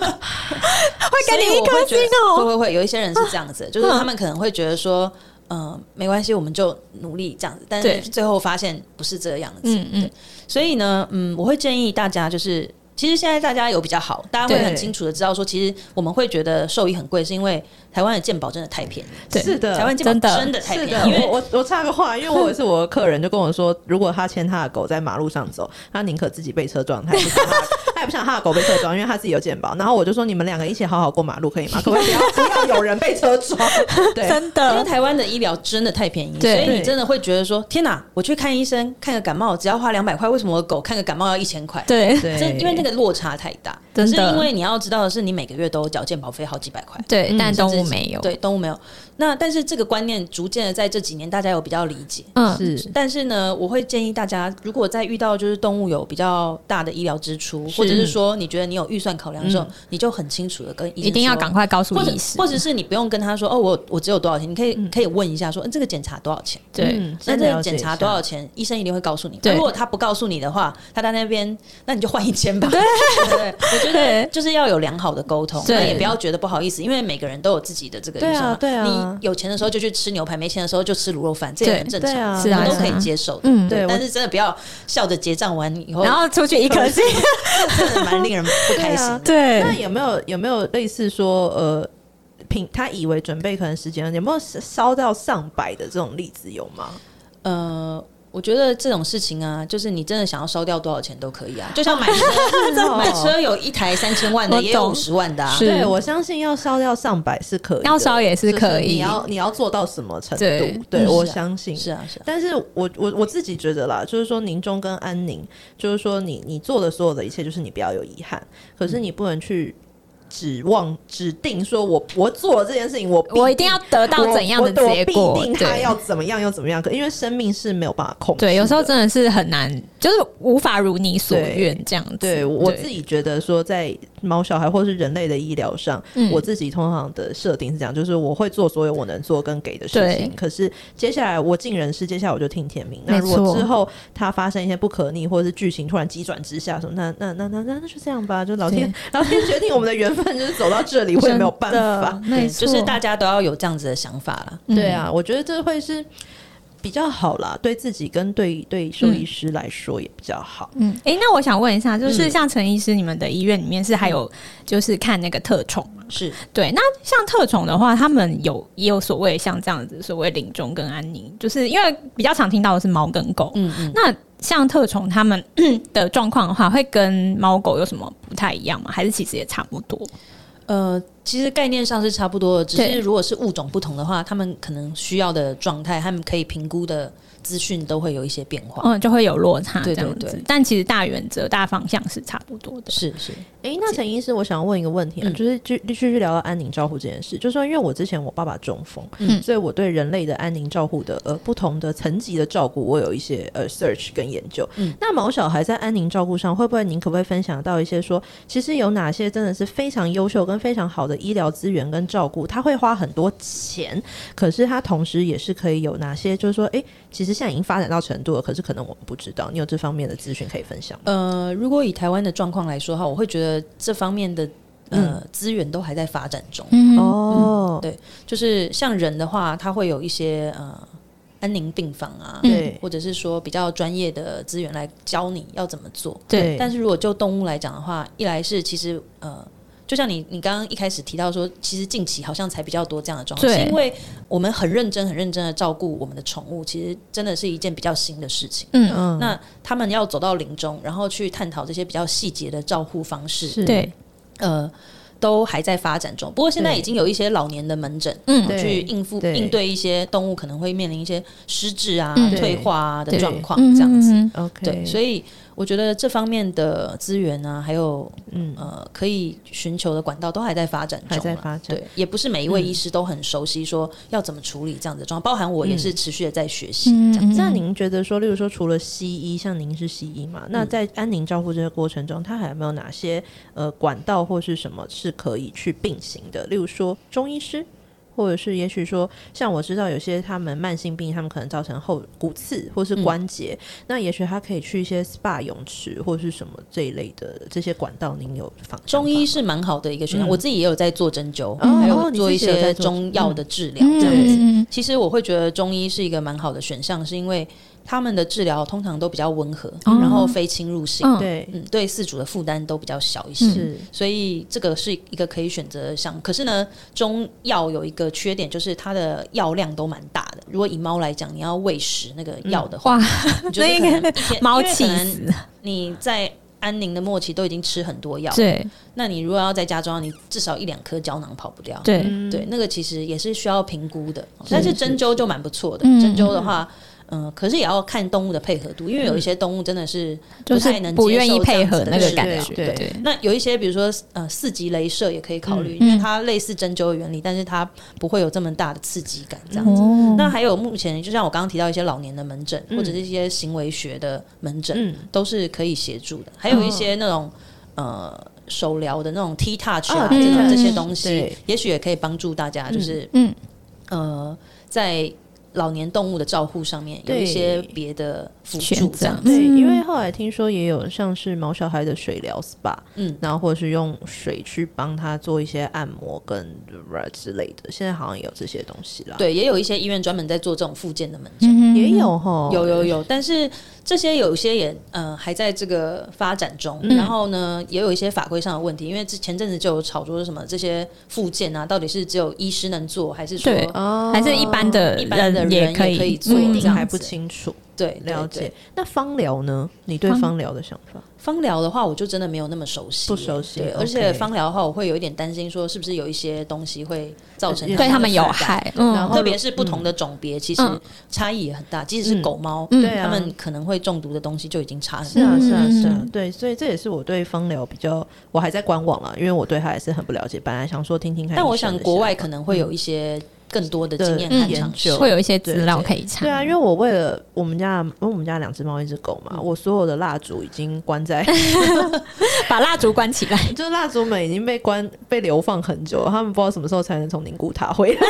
Speaker 2: 会给
Speaker 3: 所以
Speaker 2: 你一
Speaker 3: 我会
Speaker 2: 颗
Speaker 3: 觉
Speaker 2: 星
Speaker 3: 得会
Speaker 2: 哦，嗯
Speaker 3: 会会，有一些人是这样子的，就是他们可能会觉得说，嗯，没关系，我们就努力这样子，但
Speaker 2: 对
Speaker 3: 是最后发现不是这样子。
Speaker 2: 嗯嗯
Speaker 3: 所以呢，嗯，我会建议大家就是其实现在大家有比较好，大家会
Speaker 2: 对
Speaker 3: 很清楚的知道说，其实我们会觉得兽医很贵，是因为台湾的健保真的太便宜，
Speaker 2: 对
Speaker 1: 是的，
Speaker 3: 台湾健保
Speaker 2: 真的
Speaker 3: 真的太
Speaker 1: 是
Speaker 3: 便
Speaker 1: 的，
Speaker 3: 宜，因为
Speaker 1: 我我我插个话，因为我也是我的客人，就跟我说，如果他牵他的狗在马路上走，他宁可自己被车撞，他也不想他他也不想他的狗被车撞，因为他自己有健保。然后我就说，你们两个一起好好过马路可以吗？可不可以不要不要有人被车撞？对，
Speaker 2: 真
Speaker 3: 因
Speaker 2: 的，
Speaker 3: 为台湾的医疗真的太便宜，所
Speaker 2: 对
Speaker 3: 以你真的会觉得说，天哪，我去看医生看个感冒只要花两百块，为什么我的狗看个感冒要一千块？
Speaker 2: 对
Speaker 1: 对
Speaker 3: 这因为那个落差太大，可
Speaker 2: 真
Speaker 3: 是
Speaker 2: 的
Speaker 3: 因为你要知道的是，你每个月都缴健保费好几百块，
Speaker 1: 嗯
Speaker 2: 对，但
Speaker 3: 甚
Speaker 2: 动
Speaker 3: 至
Speaker 2: 物
Speaker 3: 是
Speaker 2: 没有，
Speaker 3: 对，动物没有。那但是这个观念逐渐的在这几年大家有比较理解，
Speaker 2: 嗯，
Speaker 1: 是
Speaker 3: 但是呢，我会建议大家，如果在遇到就是动物有比较大的医疗支出，
Speaker 1: 是
Speaker 3: 或者是说你觉得你有预算考量的时候，你就很清楚的跟医生
Speaker 2: 嗯一定要
Speaker 3: 说
Speaker 2: 赶。快告诉
Speaker 3: 或者
Speaker 2: 医师，
Speaker 3: 或者是你不用跟他说哦，我我只有多少钱，你可以、可以问一下说，嗯，这个检查多少钱？
Speaker 2: 对，
Speaker 1: 嗯
Speaker 3: 那
Speaker 1: 先
Speaker 3: 这
Speaker 1: 了
Speaker 3: 个
Speaker 1: 解
Speaker 3: 检
Speaker 1: 一
Speaker 3: 查
Speaker 1: 下
Speaker 3: 多少钱？医生一定会告诉你。
Speaker 2: 对
Speaker 3: 如果他不告诉你的话，他在那边，那你就换一间吧。对， 我觉得
Speaker 2: 对
Speaker 3: 就是要有良好的沟通，
Speaker 2: 对
Speaker 3: 那也不要觉得不好意思，因为每个人都有自己的这个
Speaker 1: 对啊
Speaker 3: 预算嘛
Speaker 1: 对啊
Speaker 3: 你有钱的时候就去吃牛排，没钱的时候就吃卤肉饭，这也很正常，
Speaker 1: 对啊
Speaker 3: 我们
Speaker 2: 是啊
Speaker 3: 都可
Speaker 2: 是
Speaker 3: 以
Speaker 2: 啊
Speaker 3: 接受的。
Speaker 2: 嗯
Speaker 1: 对我
Speaker 3: 但是真的不要笑着结账完以后，
Speaker 2: 然后出去一颗星，
Speaker 3: 真的蛮令人不开心的。
Speaker 2: 对啊
Speaker 1: 那有没有有没有类似说呃？平他以为准备可能十几万，有没有烧到上百的这种例子有吗？
Speaker 3: 呃，我觉得这种事情啊，就是你真的想要烧掉多少钱都可 以啊，就像买车，
Speaker 1: 哦
Speaker 3: 买车有一台三千万的，
Speaker 2: 我
Speaker 3: 也有
Speaker 2: 懂
Speaker 3: 五十万的啊。
Speaker 2: 是
Speaker 1: 对，我相信要烧掉上百是可以的，
Speaker 2: 要烧也是
Speaker 1: 就
Speaker 2: 可
Speaker 1: 你
Speaker 2: 以，
Speaker 1: 要你要做到什么程度？
Speaker 2: 对
Speaker 1: 对，
Speaker 3: 嗯
Speaker 1: 我
Speaker 3: 是啊
Speaker 1: 相信
Speaker 3: 是啊，是啊。
Speaker 1: 但是我我我自己觉得啦，就是说宁中跟安宁，就是说你你做的所有的一切，就是你不要有遗憾，可是你不能去指望指定说我我做了这件事情，我必
Speaker 2: 我一定要得到
Speaker 1: 我
Speaker 2: 怎样的
Speaker 1: 我我
Speaker 2: 结果
Speaker 1: 必定他
Speaker 2: 对
Speaker 1: 要怎么样又怎么样，可因为生命是没有办法控制的。
Speaker 2: 对，有时候真的是很难，就是无法如你所愿这样子。
Speaker 1: 对我我自己觉得说，在猫小孩或是人类的医疗上，
Speaker 2: 嗯
Speaker 1: 我自己通常的设定是这样，就是我会做所有我能做跟给的事情
Speaker 2: 对。
Speaker 1: 可是接下来我尽人事，接下来我就听天命。那
Speaker 2: 没
Speaker 1: 如果
Speaker 2: 错
Speaker 1: 之后它发生一些不可逆，或者是剧情突然急转直下什么，那那那那那那就这样吧，就老天老天决定我们的缘分就是走到这里，我也没有办法。
Speaker 2: 真的没
Speaker 3: 对
Speaker 2: 错，
Speaker 3: 就是大家都要有这样子的想法啦。
Speaker 2: 嗯
Speaker 1: 对啊，我觉得这会是比较好啦，对自己跟对对兽医师来说也比较好。
Speaker 2: 嗯，哎、那我想问一下，就是
Speaker 1: 嗯
Speaker 2: 像陈医师，你们的医院里面是还有就是看那个特宠吗？
Speaker 3: 是，
Speaker 2: 对，那像特宠的话，他们有也有所谓像这样子所谓领中跟安宁，就是因为比较常听到的是猫跟狗。
Speaker 3: 嗯嗯，
Speaker 2: 那像特宠他们的状况的话，会跟猫狗有什么不太一样吗？还是其实也差不多？
Speaker 3: 呃，其实概念上是差不多的，只是
Speaker 2: 对
Speaker 3: 如果是物种不同的话，他们可能需要的状态，他们可以评估的资讯都会有一些变化。
Speaker 2: 嗯，就会有落差这
Speaker 3: 哦对对
Speaker 2: 样子。
Speaker 3: 对
Speaker 2: 但其实大原则、大方向是差不多的。
Speaker 3: 是是，
Speaker 1: 诶，那陈医师，我想问一个问题啊，
Speaker 3: 嗯
Speaker 1: 就是继继续聊到安宁照护这件事，就是说，因为我之前我爸爸中风，
Speaker 2: 嗯
Speaker 1: 所以我对人类的安宁照护的呃不同的层级的照顾，我有一些呃 search 跟研究。
Speaker 3: 嗯
Speaker 1: 那毛小孩在安宁照顾上，会不会您可不可以分享到一些说，其实有哪些真的是非常优秀跟非常好的医疗资源跟照顾，他会花很多钱，可是他同时也是可以有哪些，就是说，诶，其实现在已经发展到程度了，可是可能我们不知道，你有这方面的资讯可以分享吗？
Speaker 3: 呃，如果以台湾的状况来说哈，我会觉得这方面的呃资源都还在发展中。
Speaker 2: 嗯，
Speaker 1: 哦，
Speaker 3: 对就是像人的话，他会有一些呃安宁病房啊，
Speaker 2: 嗯
Speaker 1: 对
Speaker 3: 或者是说比较专业的资源来教你要怎么做。
Speaker 1: 对
Speaker 3: 但是如果就动物来讲的话，一来是其实呃，就像你你刚刚一开始提到说，其实近期好像才比较多这样的状况，
Speaker 2: 对
Speaker 3: 是因为我们很认真、很认真的照顾我们的宠物，其实真的是一件比较新的事情。
Speaker 2: 嗯，
Speaker 1: 嗯
Speaker 3: 那他们要走到临终，然后去探讨这些比较细节的照护方式，
Speaker 1: 是
Speaker 2: 对，
Speaker 3: 呃，都还在发展中。不过现在
Speaker 1: 对
Speaker 3: 已经有一些老年的门诊，
Speaker 2: 嗯，
Speaker 1: 对
Speaker 3: 去应付
Speaker 1: 对
Speaker 3: 应对一些动物可能会面临一些失智啊、
Speaker 2: 嗯
Speaker 3: 退化啊的
Speaker 1: 对
Speaker 3: 状况，
Speaker 2: 嗯
Speaker 3: 这样子。
Speaker 2: 嗯
Speaker 1: OK，
Speaker 3: 对，所以我觉得这方面的资源啊，还有
Speaker 1: 嗯，
Speaker 3: 呃可以寻求的管道都还在发展中啊，
Speaker 1: 还在发展嗯
Speaker 3: 对，也不是每一位医师都很熟悉说要怎么处理这样子的状况，包含我
Speaker 1: 嗯
Speaker 3: 也是持续的在学习。
Speaker 2: 嗯嗯
Speaker 1: 那您觉得说，例如说，除了西医，像您是西医嘛，那在安宁照护这个过程中，它还有没有哪些呃管道或是什么是可以去并行的？例如说中医师，或者是也许说，像我知道有些他们慢性病，他们可能造成后骨刺或是关节，那也许他可以去一些 SPA 泳池或是什么这一类的这些管道，您有访
Speaker 3: 中医
Speaker 1: 师
Speaker 3: 是蛮好的一个选
Speaker 1: 嗯
Speaker 3: 项，我自己也有在做针灸，
Speaker 1: 哦
Speaker 3: 还
Speaker 1: 哦
Speaker 3: 有
Speaker 1: 你
Speaker 3: 做一
Speaker 1: 自己有在
Speaker 3: 些
Speaker 1: 做
Speaker 3: 中药的治疗这样子。
Speaker 2: 嗯嗯
Speaker 3: 其实我会觉得中医是一个蛮好的选项，是因为他们的治疗通常都比较温和，
Speaker 2: 哦
Speaker 3: 然后非侵入性，
Speaker 2: 嗯
Speaker 1: 对，
Speaker 3: 嗯，对饲主的负担都比较小一些。
Speaker 1: 是
Speaker 3: 所以这个是一个可以选择的项目。可是呢，中药有一个缺点，就是它的药量都蛮大的。如果以猫来讲，你要喂食那个药的话，
Speaker 2: 嗯哇，
Speaker 3: 你就是
Speaker 2: 那
Speaker 3: 可能
Speaker 2: 个
Speaker 3: 一天
Speaker 2: 猫
Speaker 3: 因为可
Speaker 2: 气
Speaker 3: 能
Speaker 2: 死，
Speaker 3: 你在安宁的末期都已经吃很多药，
Speaker 2: 对
Speaker 3: 那你如果要在家中药，你至少一两颗胶囊跑不掉。
Speaker 2: 对，
Speaker 3: 对，那个其实也是需要评估的，
Speaker 1: 嗯是
Speaker 3: 但是针灸就蛮不错的。
Speaker 2: 嗯
Speaker 3: 针灸的话，嗯、可是也要看动物的配合度，因为有一些动物真的是
Speaker 2: 就
Speaker 3: 不
Speaker 2: 是
Speaker 3: 太能
Speaker 2: 不
Speaker 3: 接
Speaker 2: 愿意
Speaker 3: 受这
Speaker 2: 配
Speaker 3: 样子
Speaker 2: 合
Speaker 3: 的
Speaker 2: 那个
Speaker 1: 治
Speaker 2: 感
Speaker 1: 疗
Speaker 2: 觉，
Speaker 1: 对
Speaker 2: 对
Speaker 3: 那有一些，比如说呃，四级镭射也可以考虑，
Speaker 1: 嗯
Speaker 3: 因为它类似针灸的原理，但是它不会有这么大的刺激感这样子。
Speaker 2: 哦
Speaker 3: 那还有目前，就像我刚刚提到一些老年的门诊，
Speaker 1: 嗯
Speaker 3: 或者是一些行为学的门诊，
Speaker 1: 嗯，
Speaker 3: 都是可以协助的。还有一
Speaker 2: 嗯
Speaker 3: 些那种、呃手疗的那种 T touch 啊，
Speaker 1: 啊
Speaker 3: 这种
Speaker 2: 嗯
Speaker 3: 这些东西
Speaker 1: 对，
Speaker 3: 也许也可以帮助大家，就是、
Speaker 2: 嗯
Speaker 3: 呃在老年动物的照护上面有
Speaker 1: 对
Speaker 3: 一些别的辅助
Speaker 2: 选
Speaker 3: 这
Speaker 2: 择
Speaker 3: 样子。
Speaker 1: 对，
Speaker 2: 嗯
Speaker 1: 因为后来听说也有像是毛小孩的水疗 SPA，
Speaker 3: 嗯，
Speaker 1: 然后或者是用水去帮他做一些按摩跟之类的，现在好像也有这些东西啦。，
Speaker 3: 对，也有一些医院专门在做这种复健的门诊。
Speaker 2: 嗯
Speaker 1: 也有哈，
Speaker 3: 有有有，但是这些有些也呃还在这个发展中，
Speaker 2: 嗯
Speaker 3: 然后呢也有一些法规上的问题，因为之前阵子就有炒作什么这些附件啊，到底是只有医师能做，还是说
Speaker 2: 对
Speaker 1: 哦，
Speaker 2: 还是一般的
Speaker 3: 一般的人
Speaker 2: 也可
Speaker 3: 也可以
Speaker 2: 以
Speaker 3: 做
Speaker 2: 嗯
Speaker 3: 这
Speaker 1: 定
Speaker 3: 样
Speaker 1: 还不
Speaker 3: 子
Speaker 1: 清楚，
Speaker 3: 对
Speaker 1: 了？
Speaker 3: 对
Speaker 1: 解
Speaker 3: 对。嗯
Speaker 1: 那芳疗呢？你对
Speaker 2: 芳
Speaker 1: 芳疗的想法？
Speaker 3: 芳疗的话，我就真的没有那么熟悉，
Speaker 1: 不熟悉
Speaker 3: 对，
Speaker 1: ，OK
Speaker 3: 而且芳疗的话，我会有一点担心，说是不是有一些东西会造成
Speaker 1: 也
Speaker 2: 对他
Speaker 3: 们
Speaker 2: 们
Speaker 3: 的
Speaker 2: 有
Speaker 3: 负担。
Speaker 2: 害，嗯，
Speaker 1: 然后
Speaker 3: 特别是不同的种别，其实
Speaker 2: 嗯
Speaker 3: 差异也很大。即使是
Speaker 1: 嗯
Speaker 3: 狗猫，
Speaker 2: 嗯
Speaker 1: 对啊
Speaker 3: 它们可能会中毒的东西就已经差很
Speaker 1: 是
Speaker 3: 多了。
Speaker 1: 啊，是啊，
Speaker 2: 嗯
Speaker 1: 是啊，对，所以这也是我对芳疗比较，我还在观望啦，因为我对它也是很不了解。本来想说听听看医生的想法，
Speaker 3: 但我想国外可能会有一些更多的经验
Speaker 1: 的
Speaker 3: 和
Speaker 1: 啊研
Speaker 3: 尝试
Speaker 1: 究。
Speaker 2: 嗯会有一些资料可以查，
Speaker 1: 对啊，因为我为了我们家，因为我们家两只猫一只狗
Speaker 3: 嗯
Speaker 1: 嘛，我所有的蜡烛已经关在，
Speaker 2: 把蜡烛关起来，
Speaker 1: 就是蜡烛们已经被关被流放很久了，他们不知道什么时候才能从宁古塔回来，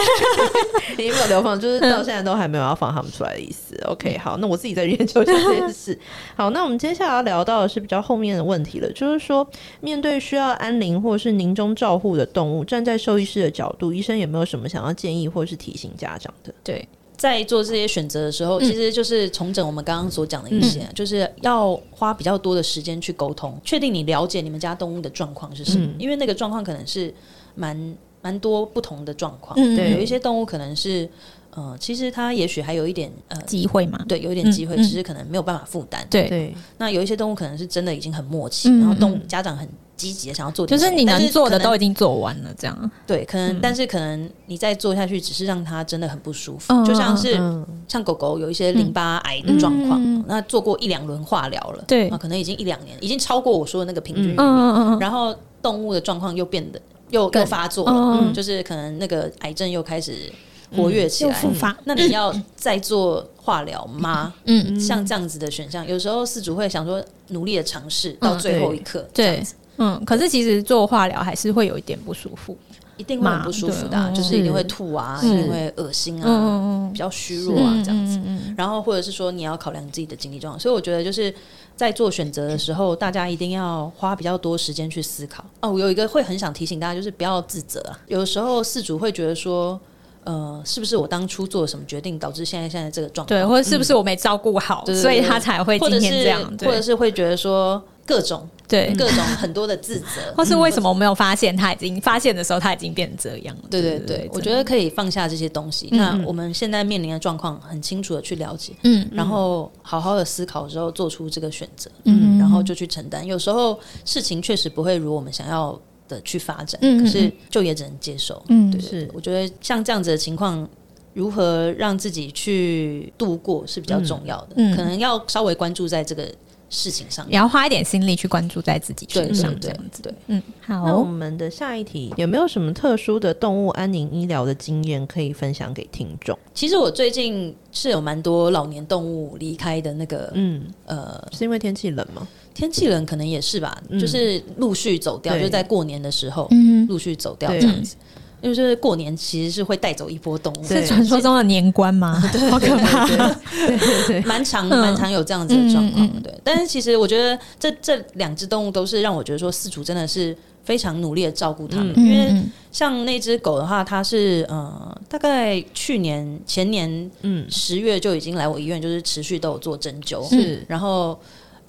Speaker 1: 已经没有流放，就是到现在都还没有要放他们出来的意思。OK，好，那我自己再研究一下这件事。 好，那我们接下来要聊到的是比较后面的问题了，就是说面对需要安宁或是临终照护的动物，站在兽医师的角度，医生有没有什么想要建议或是提醒家长的？
Speaker 2: 对，
Speaker 3: 在做这些选择的时
Speaker 2: 嗯
Speaker 3: 候，其实就是重整我们刚刚所讲的一些，就是要花比较多的时间去沟通，确定你了解你们家动物的状况是什么，
Speaker 1: 嗯
Speaker 3: 因为那个状况可能是蛮蛮多不同的状况，
Speaker 2: 嗯
Speaker 1: 对
Speaker 3: 有一些动物可能是。呃，其实它也许还有一点呃，
Speaker 2: 机会嘛，
Speaker 3: 对，有一点机会，
Speaker 2: 嗯嗯
Speaker 3: 只是可能没有办法负担。
Speaker 2: 对，
Speaker 1: 对，
Speaker 3: 那有一些动物可能是真的已经很默契，
Speaker 2: 嗯
Speaker 3: 然后动物
Speaker 1: 嗯
Speaker 3: 家长很积极的想要做
Speaker 2: 就
Speaker 3: 点什
Speaker 2: 是
Speaker 3: 么，
Speaker 2: 你
Speaker 3: 但
Speaker 2: 能做的
Speaker 3: 可能
Speaker 2: 都已经做完了，这样，
Speaker 3: 对，可能、
Speaker 2: 嗯
Speaker 3: 但是可能你再做下去，只是让它真的很不舒服，
Speaker 2: 嗯
Speaker 3: 就像是、
Speaker 1: 嗯，
Speaker 3: 像狗狗有一些淋巴癌的状况，
Speaker 2: 嗯嗯嗯
Speaker 3: 那做过一两轮化疗了，
Speaker 2: 对
Speaker 3: 啊，可能已经一两年，已经超过我说的那个平均
Speaker 1: 嗯
Speaker 3: 率，
Speaker 2: 嗯嗯
Speaker 3: 然后动物的状况又变得又
Speaker 2: 更
Speaker 3: 又发作了，
Speaker 2: 嗯，
Speaker 3: 就是可能那个癌症又开始活跃起
Speaker 2: 又
Speaker 3: 来，
Speaker 2: 复发，
Speaker 3: 那你要再做化疗吗？
Speaker 2: 嗯，
Speaker 3: 像这样子的选项，有时候饲主会想说努力的尝试到
Speaker 2: 嗯
Speaker 3: 最后一刻，这样
Speaker 2: 对
Speaker 3: 子，
Speaker 2: 嗯，可是其实做化疗还是会有一点不舒服，
Speaker 3: 一定会很
Speaker 2: 嘛
Speaker 3: 不舒服的
Speaker 2: 对
Speaker 3: 啊，
Speaker 2: 嗯
Speaker 3: 就是一定会吐啊，
Speaker 1: 是
Speaker 3: 一定会恶心啊，
Speaker 2: 嗯嗯
Speaker 3: 比较虚
Speaker 2: 嗯，
Speaker 3: 弱啊，这样子。
Speaker 2: 子，嗯
Speaker 3: 然后或者是说你要考量自己的经济状况，所以我觉得就是在做选择的时
Speaker 2: 嗯
Speaker 3: 候，大家一定要花比较多时间去思考。哦，我有一个会很想提醒大家，就是不要自责啊。有的时候事主会觉得说，呃，是不是我当初做了什么决定，导致现在现在这个状况？
Speaker 2: 对，或者是不是我没照顾好，
Speaker 3: 嗯对对对
Speaker 2: 所以他才会
Speaker 3: 或
Speaker 2: 今
Speaker 3: 者
Speaker 2: 天
Speaker 3: 是
Speaker 2: 这样，
Speaker 3: 或者
Speaker 2: 对嗯
Speaker 3: 是会觉得说各种
Speaker 2: 对，
Speaker 3: 各种很多的自责，
Speaker 2: 或是为什么我没有发现他已经发现的时候他已经变成这样了，
Speaker 3: 对对对，我觉
Speaker 2: 得
Speaker 3: 得可以放下这些东西。那我们现在面临的状况，很清楚的去了解，
Speaker 2: 嗯，
Speaker 3: 然后好好的思考之后做出这个选择，
Speaker 2: 嗯
Speaker 3: 嗯，然后就去承担。有时候事情确实不会如我们想要的去发展，
Speaker 2: 嗯嗯嗯
Speaker 3: 可是就也只能接受。
Speaker 2: 嗯
Speaker 3: 对，
Speaker 1: 是
Speaker 3: 我觉得像这样子的情况。如何让自己去度过是比较重要的，
Speaker 2: 嗯嗯
Speaker 3: 可能要稍微关注在这个事情上面。
Speaker 2: 也要花一点心力去关注在自己
Speaker 3: 对
Speaker 2: 身上，
Speaker 3: 对
Speaker 2: 这
Speaker 3: 对
Speaker 2: 样子，
Speaker 3: 对，
Speaker 2: 嗯，
Speaker 1: 那我
Speaker 2: 好，
Speaker 1: 们的下一题有没有什么特殊的动物安宁医疗的经验可以分享给听众？
Speaker 3: 其实我最近是有蛮多老年动物离开的那个、
Speaker 1: 嗯，
Speaker 3: 呃
Speaker 1: 是因为天气冷吗？
Speaker 3: 天气冷可能也是吧，
Speaker 1: 嗯
Speaker 3: 就是陆续走掉，
Speaker 1: 对
Speaker 3: 就在过年的时候
Speaker 2: 嗯，
Speaker 3: 陆续走掉
Speaker 1: 对
Speaker 3: 这样子。因为就是过年其实是会带走一波动物，
Speaker 1: 对
Speaker 2: 是传说中的年关吗？好可怕，
Speaker 1: 对对对，
Speaker 3: 蛮常
Speaker 2: 嗯
Speaker 3: 蛮常有这样子的状
Speaker 2: 嗯
Speaker 3: 况
Speaker 2: 嗯。嗯
Speaker 3: 对，但是其实我觉得这这两只动物都是让我觉得说饲主真的是。非常努力的照顾它们，
Speaker 2: 嗯
Speaker 3: 因为
Speaker 2: 嗯
Speaker 3: 像那只狗的话，它是呃大概去年前年
Speaker 1: 嗯，
Speaker 3: 十月就已经来我医院，就是持续都有做针灸，
Speaker 1: 是
Speaker 3: 然后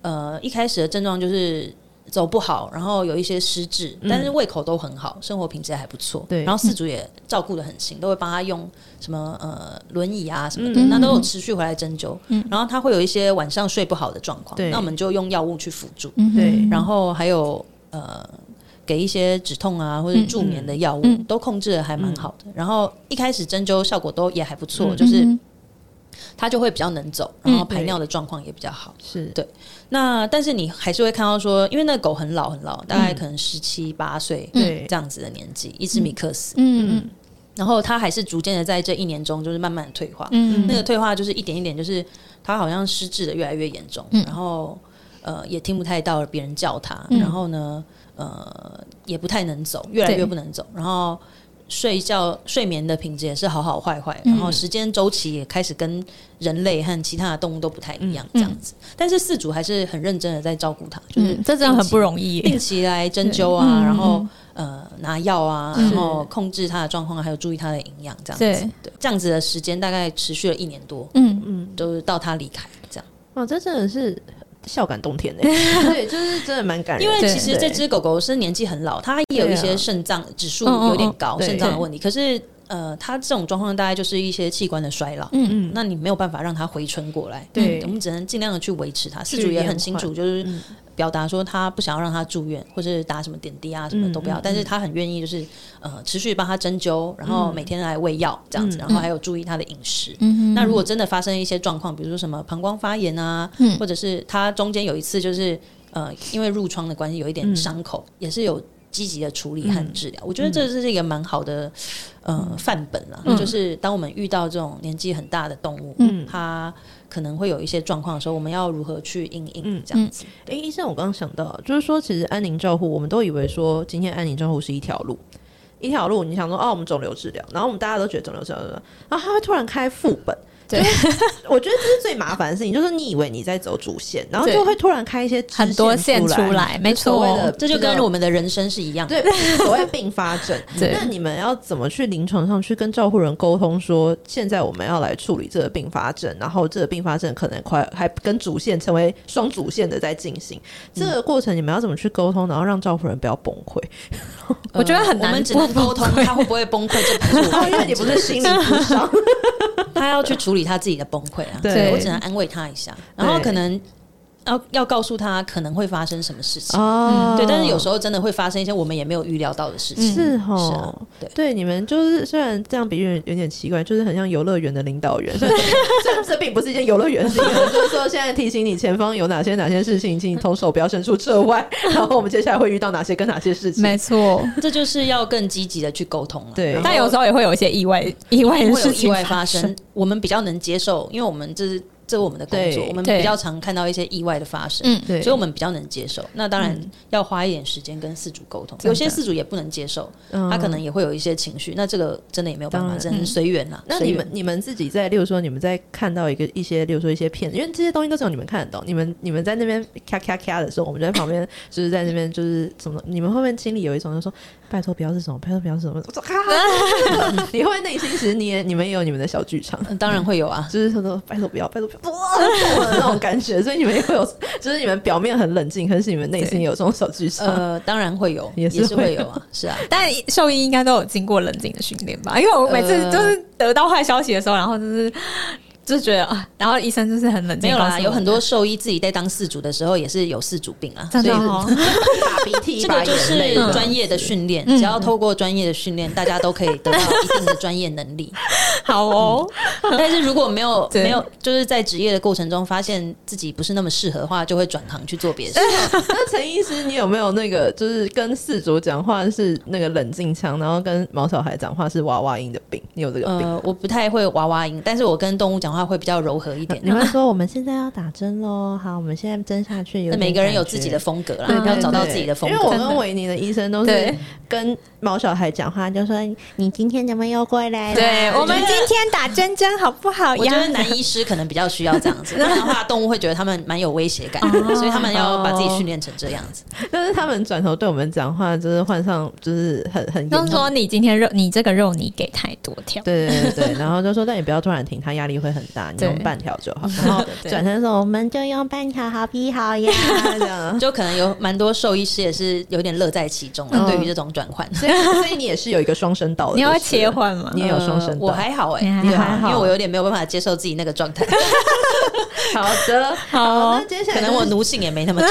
Speaker 3: 呃一开始的症状就是。走不好，然后有一些失智，
Speaker 1: 嗯
Speaker 3: 但是胃口都很好，生活品质还不错。
Speaker 1: 对嗯
Speaker 3: 然后饲主也照顾的很行，都会帮他用什么呃轮椅啊什么的，
Speaker 1: 嗯
Speaker 3: 那都有持续回来针灸。然后他会有一些晚上睡不好的状况
Speaker 1: 对，
Speaker 3: 那我们就用药物去辅助。
Speaker 2: 嗯
Speaker 1: 对
Speaker 3: 然后还有呃，给一些止痛啊或者
Speaker 2: 嗯
Speaker 3: 助眠的药物，
Speaker 2: 嗯
Speaker 3: 都控制的还蛮好的。然后一开始针灸效果都也还不错，
Speaker 1: 嗯
Speaker 3: 就是
Speaker 2: 嗯
Speaker 3: 它就会比较能走，
Speaker 2: 嗯
Speaker 3: 然后排尿的状况也比较好。
Speaker 1: 是
Speaker 3: 那但是你还是会看到说，因为那狗很老很老，大概可能十七八岁
Speaker 1: 对
Speaker 3: 这样子的年纪，一只米克斯，
Speaker 2: 嗯嗯
Speaker 3: 然后它还是逐渐的在这一年中就是慢慢地退化。
Speaker 2: 嗯
Speaker 3: 那个退化就是一点一点，就是他好像失智的越来越严重，
Speaker 2: 嗯
Speaker 3: 然后呃也听不太到别人叫他，
Speaker 2: 嗯
Speaker 3: 然后呢呃也不太能走，越来越
Speaker 2: 对
Speaker 3: 不能走，然后睡觉睡眠的品质也是好好坏坏，
Speaker 2: 嗯
Speaker 3: 然后时间周期也开始跟人类和其他的动物都不太一样
Speaker 2: 嗯
Speaker 3: 这样子，但是饲主还是很认真的在照顾它，就是
Speaker 2: 嗯这真的很不容易耶。
Speaker 3: 定期来针灸
Speaker 2: 对
Speaker 3: 啊，
Speaker 2: 嗯
Speaker 3: 然后呃拿药啊，
Speaker 2: 嗯
Speaker 3: 然后控制它的状况，还有注意它的营养，这样子
Speaker 2: 对。
Speaker 3: 对，这样子的时间大概持续了一年多，
Speaker 2: 嗯，
Speaker 1: 嗯，
Speaker 3: 就是到它离开这样。
Speaker 1: 哇，这真的是孝感动天呢。欸对，啊就是真的蛮感人
Speaker 3: 因
Speaker 1: 的，
Speaker 3: 为
Speaker 2: 对
Speaker 3: 其实这只狗狗是年纪很老，它也有一些肾脏指数有点高，
Speaker 1: 嗯对
Speaker 3: 肾脏的问题。可是呃，它这种状况大概就是一些器官的衰老。
Speaker 1: 嗯，
Speaker 3: 那你没有办法让它回春过来，
Speaker 1: 对
Speaker 3: 我们只能尽量的去维持它。
Speaker 1: 去
Speaker 3: 饲主也很清楚，
Speaker 1: 延
Speaker 3: 就是
Speaker 1: 嗯
Speaker 3: 表达说他不想要让它住院，或是打什么点滴啊，什
Speaker 1: 嗯
Speaker 3: 么都不要。
Speaker 1: 嗯
Speaker 3: 但是他很愿意，就是呃，持续帮它针灸，然后
Speaker 1: 嗯
Speaker 3: 每天来喂药这样子，
Speaker 1: 嗯
Speaker 3: 然后还有注意它的饮食。
Speaker 2: 嗯
Speaker 3: 那如果真的发生一些状况，比如说什么膀胱发炎啊，
Speaker 2: 嗯
Speaker 3: 或者是他中间有一次就是呃，因为褥疮的关系有一
Speaker 1: 嗯
Speaker 3: 点伤口，也是有积极的处理和治疗。我觉得这是一个蛮好的呃范本啦，
Speaker 2: 嗯
Speaker 3: 就是当我们遇到这种年纪很大的动物，
Speaker 1: 嗯
Speaker 3: 它可能会有一些状况的时候，我们要如何去应
Speaker 1: 嗯
Speaker 3: 应这样子？
Speaker 1: 哎，医生，我刚刚想到，就是说，其实安宁照护，我们都以为说，今天安宁照护是一条路，一条路。你想说，哦，我们肿瘤治疗，然后我们大家都觉得肿瘤治疗，然后他会突然开副本。
Speaker 2: 对
Speaker 1: 就是，我觉得这是最麻烦的事情，就是你以为你在走主线，然后
Speaker 2: 对
Speaker 1: 就会突然开一些支
Speaker 2: 很多
Speaker 1: 线
Speaker 2: 线
Speaker 1: 出
Speaker 2: 出来，没
Speaker 1: 所谓
Speaker 2: 错，
Speaker 1: 的
Speaker 3: 这就跟
Speaker 1: 我。
Speaker 3: 我们的人生是一样的。
Speaker 1: 哦对所谓并发症。
Speaker 2: 对
Speaker 1: 那你们要怎么去临床上去跟照护人沟通说，现在我们要来处理这个并发症，然后这个并发症可能快还跟主线成为双主线的在进行，这个过程你们要怎么去沟通，然后让照护人不要崩溃？
Speaker 2: 我觉得很
Speaker 3: 我
Speaker 2: 难
Speaker 3: 们只能
Speaker 2: 不崩
Speaker 3: 沟通
Speaker 2: 溃
Speaker 3: 他会不会崩溃，这 不是 我
Speaker 1: 哦因为你不是心理咨商，
Speaker 3: 他要去处理他自己的崩溃啊，
Speaker 1: 对
Speaker 3: 所以我只能安慰他一下，然后
Speaker 1: 对
Speaker 3: 可能要要告诉他可能会发生什么事情。
Speaker 1: 哦
Speaker 3: 对，但是有时候真的会发生一些我们也没有预料到的事情。
Speaker 1: 是
Speaker 3: 是
Speaker 1: 哈
Speaker 3: 啊，对
Speaker 1: 对，你们就是虽然这样比喻有点奇怪，就是很像游乐园的领导员，虽然虽然这并不是一件游乐园的事情，我就是说现在提醒你前方有哪些哪些事情，请你同手不要伸出车外，然后我们接下来会遇到哪些跟哪些事情。
Speaker 2: 没错。
Speaker 3: 这就是要更积极的去沟通了。
Speaker 1: 对
Speaker 3: 然后
Speaker 2: 但有时候也会有一些意外、意外的
Speaker 3: 会有
Speaker 2: 事
Speaker 3: 意
Speaker 2: 情
Speaker 3: 外发生，我们比较能接受，因为我们这是这是我们的工作，
Speaker 1: 对
Speaker 3: 我们
Speaker 2: 对
Speaker 3: 比较常看到一些意外的发生。
Speaker 2: 嗯，
Speaker 1: 对，嗯
Speaker 3: 所以我们比较能接受，那当然要花一点时间跟饲主沟通。
Speaker 2: 真的
Speaker 3: 有些饲主也不能接受，
Speaker 1: 嗯
Speaker 3: 他可能也会有一些情绪，那这个真的也没有办
Speaker 1: 当
Speaker 3: 法，
Speaker 1: 然嗯
Speaker 3: 只能随缘啦。
Speaker 1: 那
Speaker 3: 随
Speaker 1: 你
Speaker 3: 缘
Speaker 1: 们你们自己在，例如说你们在看到一个一些，例如说一些片，因为这些东西都只有你们看得懂。你们你们在那边咔咔咔的时候，我们就在旁边就是在那边就是怎么，你们会不会心里有一种就说拜托不要是什么，拜托不要是什么，我说啊，你会不会内心其实你也你们也有你们的小剧场。
Speaker 3: 嗯当然会有啊，
Speaker 1: 就是说拜托不要，拜托不要，哇，那种感觉，所以你们也会有， 就是你们表面很冷静，可是你们内心有这种小剧场。
Speaker 3: 呃，当然会有，
Speaker 1: 啊也
Speaker 3: 也
Speaker 1: 是
Speaker 3: 是
Speaker 1: 会
Speaker 3: 会
Speaker 1: 有
Speaker 3: 有啊，是啊，
Speaker 2: 但兽医应该都有经过冷静的训练吧？因为我每次
Speaker 3: 呃
Speaker 2: 就是得到坏消息的时候，然后就是就觉得啊，然后医生就是很冷静，
Speaker 3: 没有
Speaker 2: 告诉
Speaker 3: 啦，
Speaker 2: 我
Speaker 3: 有很多兽医自己在当饲主的时候也是有饲主病啊，
Speaker 2: 真的
Speaker 3: 所以
Speaker 2: 哦，
Speaker 1: 打鼻涕
Speaker 3: 这个就是
Speaker 2: 嗯
Speaker 3: 专业的训练，只要透过专业的训练，大家都可以得到一定的专业能 力。
Speaker 2: 好哦，
Speaker 3: 但是如果没有
Speaker 2: 对
Speaker 3: 没有，就是在职业的过程中发现自己不是那么适合的话，就会转行去做别 的事。
Speaker 1: 那陈医师，你有没有那个就是跟四主讲话是那个冷静腔，然后跟毛小孩讲话是娃娃音的病？你有这个病？
Speaker 3: 呃，我不太会娃娃音，但是我跟动物讲话话会比较柔和一点。
Speaker 1: 你会说我们现在要打针喽，好，我们现在针下 去有
Speaker 3: 那
Speaker 1: 点
Speaker 3: 每个人有
Speaker 1: 感觉
Speaker 3: 自己的风格啦
Speaker 2: 对，
Speaker 3: 要
Speaker 2: 对
Speaker 3: 找到
Speaker 1: 对
Speaker 3: 自己的风
Speaker 1: 因为我
Speaker 3: 格。
Speaker 1: 跟维尼的医生都是
Speaker 2: 对
Speaker 1: 跟毛小孩讲话，就说你今天怎么又过来了？啊
Speaker 2: 对我们今天打针针好不好
Speaker 3: 我觉得
Speaker 2: 呀？
Speaker 3: 男医师可能比较需要这样子，不然的话，动物会觉得他们蛮有威胁感
Speaker 1: 哦
Speaker 3: 的， 所以他们要把自己训练成这样 子。
Speaker 1: 但是他们转头对我们讲话，就是换上就是很很严
Speaker 2: 都
Speaker 1: 重。
Speaker 2: 说你今天肉，你这个肉你给太多条，
Speaker 1: 对对对对，然后就说，但你不要突然停，他压力会很大，你
Speaker 2: 对
Speaker 1: 用半条就好。然后转身说，我们就用半条好比好呀，这样。
Speaker 3: 就可能有蛮多兽医师也是有点乐在其中
Speaker 1: 嗯
Speaker 3: 了，对于这种转换。
Speaker 1: 所以所以你也是有一个双声道的，
Speaker 2: 你要
Speaker 1: 就是
Speaker 2: 切，换吗
Speaker 1: 你？也有双声
Speaker 3: 呃
Speaker 1: 道。
Speaker 3: 我还好哎、
Speaker 2: 你还
Speaker 3: 对啊
Speaker 1: 好
Speaker 3: 因为我有点没有办法接受自己那个 状态，
Speaker 1: 好的，
Speaker 2: 好哦
Speaker 1: 那接下来
Speaker 3: 可能我
Speaker 1: 就是
Speaker 3: 奴性也没 那么重。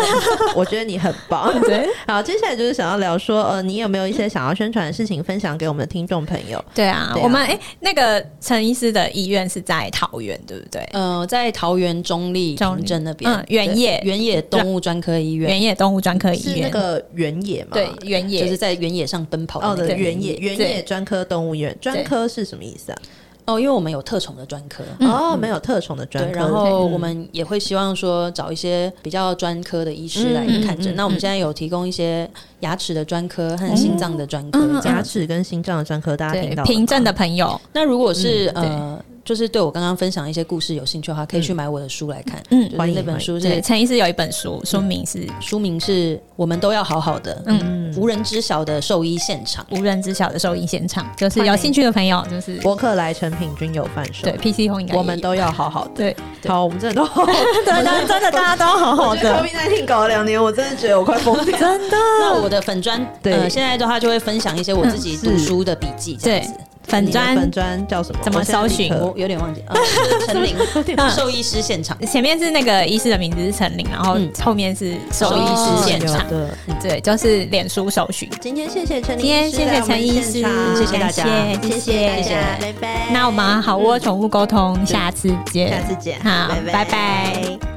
Speaker 1: 我觉得你很棒。
Speaker 2: 对
Speaker 1: 好，接下来就是想要聊说，呃，你有没有一些想要宣传的事情分享给我们的听众朋友？
Speaker 2: 对啊，
Speaker 1: 对啊
Speaker 2: 我们哎、那个陈医师的医院是在桃园，对不对？
Speaker 3: 呃，在桃园中立
Speaker 2: 中立
Speaker 3: 平镇那边，
Speaker 2: 嗯原野
Speaker 3: 对原野动物专科医院，
Speaker 2: 原野动物专科
Speaker 1: 是那
Speaker 2: 医院，
Speaker 1: 个原野嘛？
Speaker 2: 对原野
Speaker 3: 就是在原野上奔跑
Speaker 1: 哦
Speaker 3: 的
Speaker 1: 的
Speaker 3: 那个
Speaker 1: 原野原野
Speaker 2: 对
Speaker 1: 专科动物园，专科是什么意思啊？
Speaker 3: 哦，因为我们有特宠的专科。
Speaker 2: 嗯
Speaker 1: 哦，没有特宠的专
Speaker 3: 对，
Speaker 1: 科，
Speaker 3: 然后
Speaker 1: 嗯
Speaker 3: 我们也会希望说找一些比较专科的医师来
Speaker 1: 嗯
Speaker 3: 看诊。
Speaker 1: 嗯
Speaker 3: 那我
Speaker 2: 嗯
Speaker 3: 们现在有提供一些牙齿的专科和心脏的专科
Speaker 2: 嗯嗯嗯
Speaker 3: 这
Speaker 1: 牙
Speaker 3: 样。
Speaker 1: 齿跟心脏的专科，大家听
Speaker 2: 对
Speaker 1: 到了吗
Speaker 2: 凭证的朋友，
Speaker 3: 那如果是
Speaker 2: 嗯对
Speaker 3: 呃，就是对我刚刚分享一些故事有兴趣的话，可以去买我的书来看。
Speaker 2: 嗯
Speaker 3: 就是
Speaker 1: 欢迎
Speaker 3: 那本
Speaker 1: 欢迎
Speaker 3: 书
Speaker 2: 对
Speaker 3: 是
Speaker 2: 陈医师有一本书，书名是
Speaker 3: 书名是《我们都要好好的》，
Speaker 2: 嗯
Speaker 1: 嗯
Speaker 3: 无人知晓的兽医现场。
Speaker 2: 无人知晓的收银现场，就是有兴趣的朋友，就是
Speaker 1: 博客来成品均有贩售
Speaker 2: 对，PC 红应该
Speaker 1: 我们都要好好的。
Speaker 2: 对
Speaker 3: 对
Speaker 1: 好，我们真的都好好的。
Speaker 2: 对，真的大家都好好
Speaker 1: 我觉得 COVID 19搞了两年，我真的觉得我快疯 掉。
Speaker 2: 真的
Speaker 3: 那我的粉砖，
Speaker 1: 对
Speaker 3: 呃，现在的话就会分享一些我自己
Speaker 1: 嗯
Speaker 3: 读
Speaker 1: 是
Speaker 3: 书的笔记，这样
Speaker 2: 对
Speaker 3: 子。
Speaker 2: 粉
Speaker 1: 你的
Speaker 2: 砖
Speaker 1: 粉砖叫什么？
Speaker 2: 怎么搜寻
Speaker 1: 我
Speaker 3: 我有点 忘记，呃，就是陈琳兽医师现场。
Speaker 2: 前面是那个医师的名字是陈琳，然后
Speaker 3: 嗯
Speaker 2: 后面是收
Speaker 3: 兽
Speaker 2: 银
Speaker 3: 医
Speaker 2: 师
Speaker 3: 师
Speaker 2: 现
Speaker 3: 现
Speaker 1: 现
Speaker 2: 场
Speaker 1: 场，哦的。
Speaker 2: 对，就是脸书搜寻。
Speaker 1: 今天谢谢陈医师，
Speaker 2: 今天谢谢陈医师，
Speaker 3: 谢谢大家
Speaker 2: 感谢
Speaker 1: 谢谢大
Speaker 2: 谢
Speaker 1: 家，拜拜。
Speaker 2: 嗯那我们好窝宠物沟通，下次见，
Speaker 1: 下次见，
Speaker 2: 好，
Speaker 1: 拜
Speaker 2: 拜拜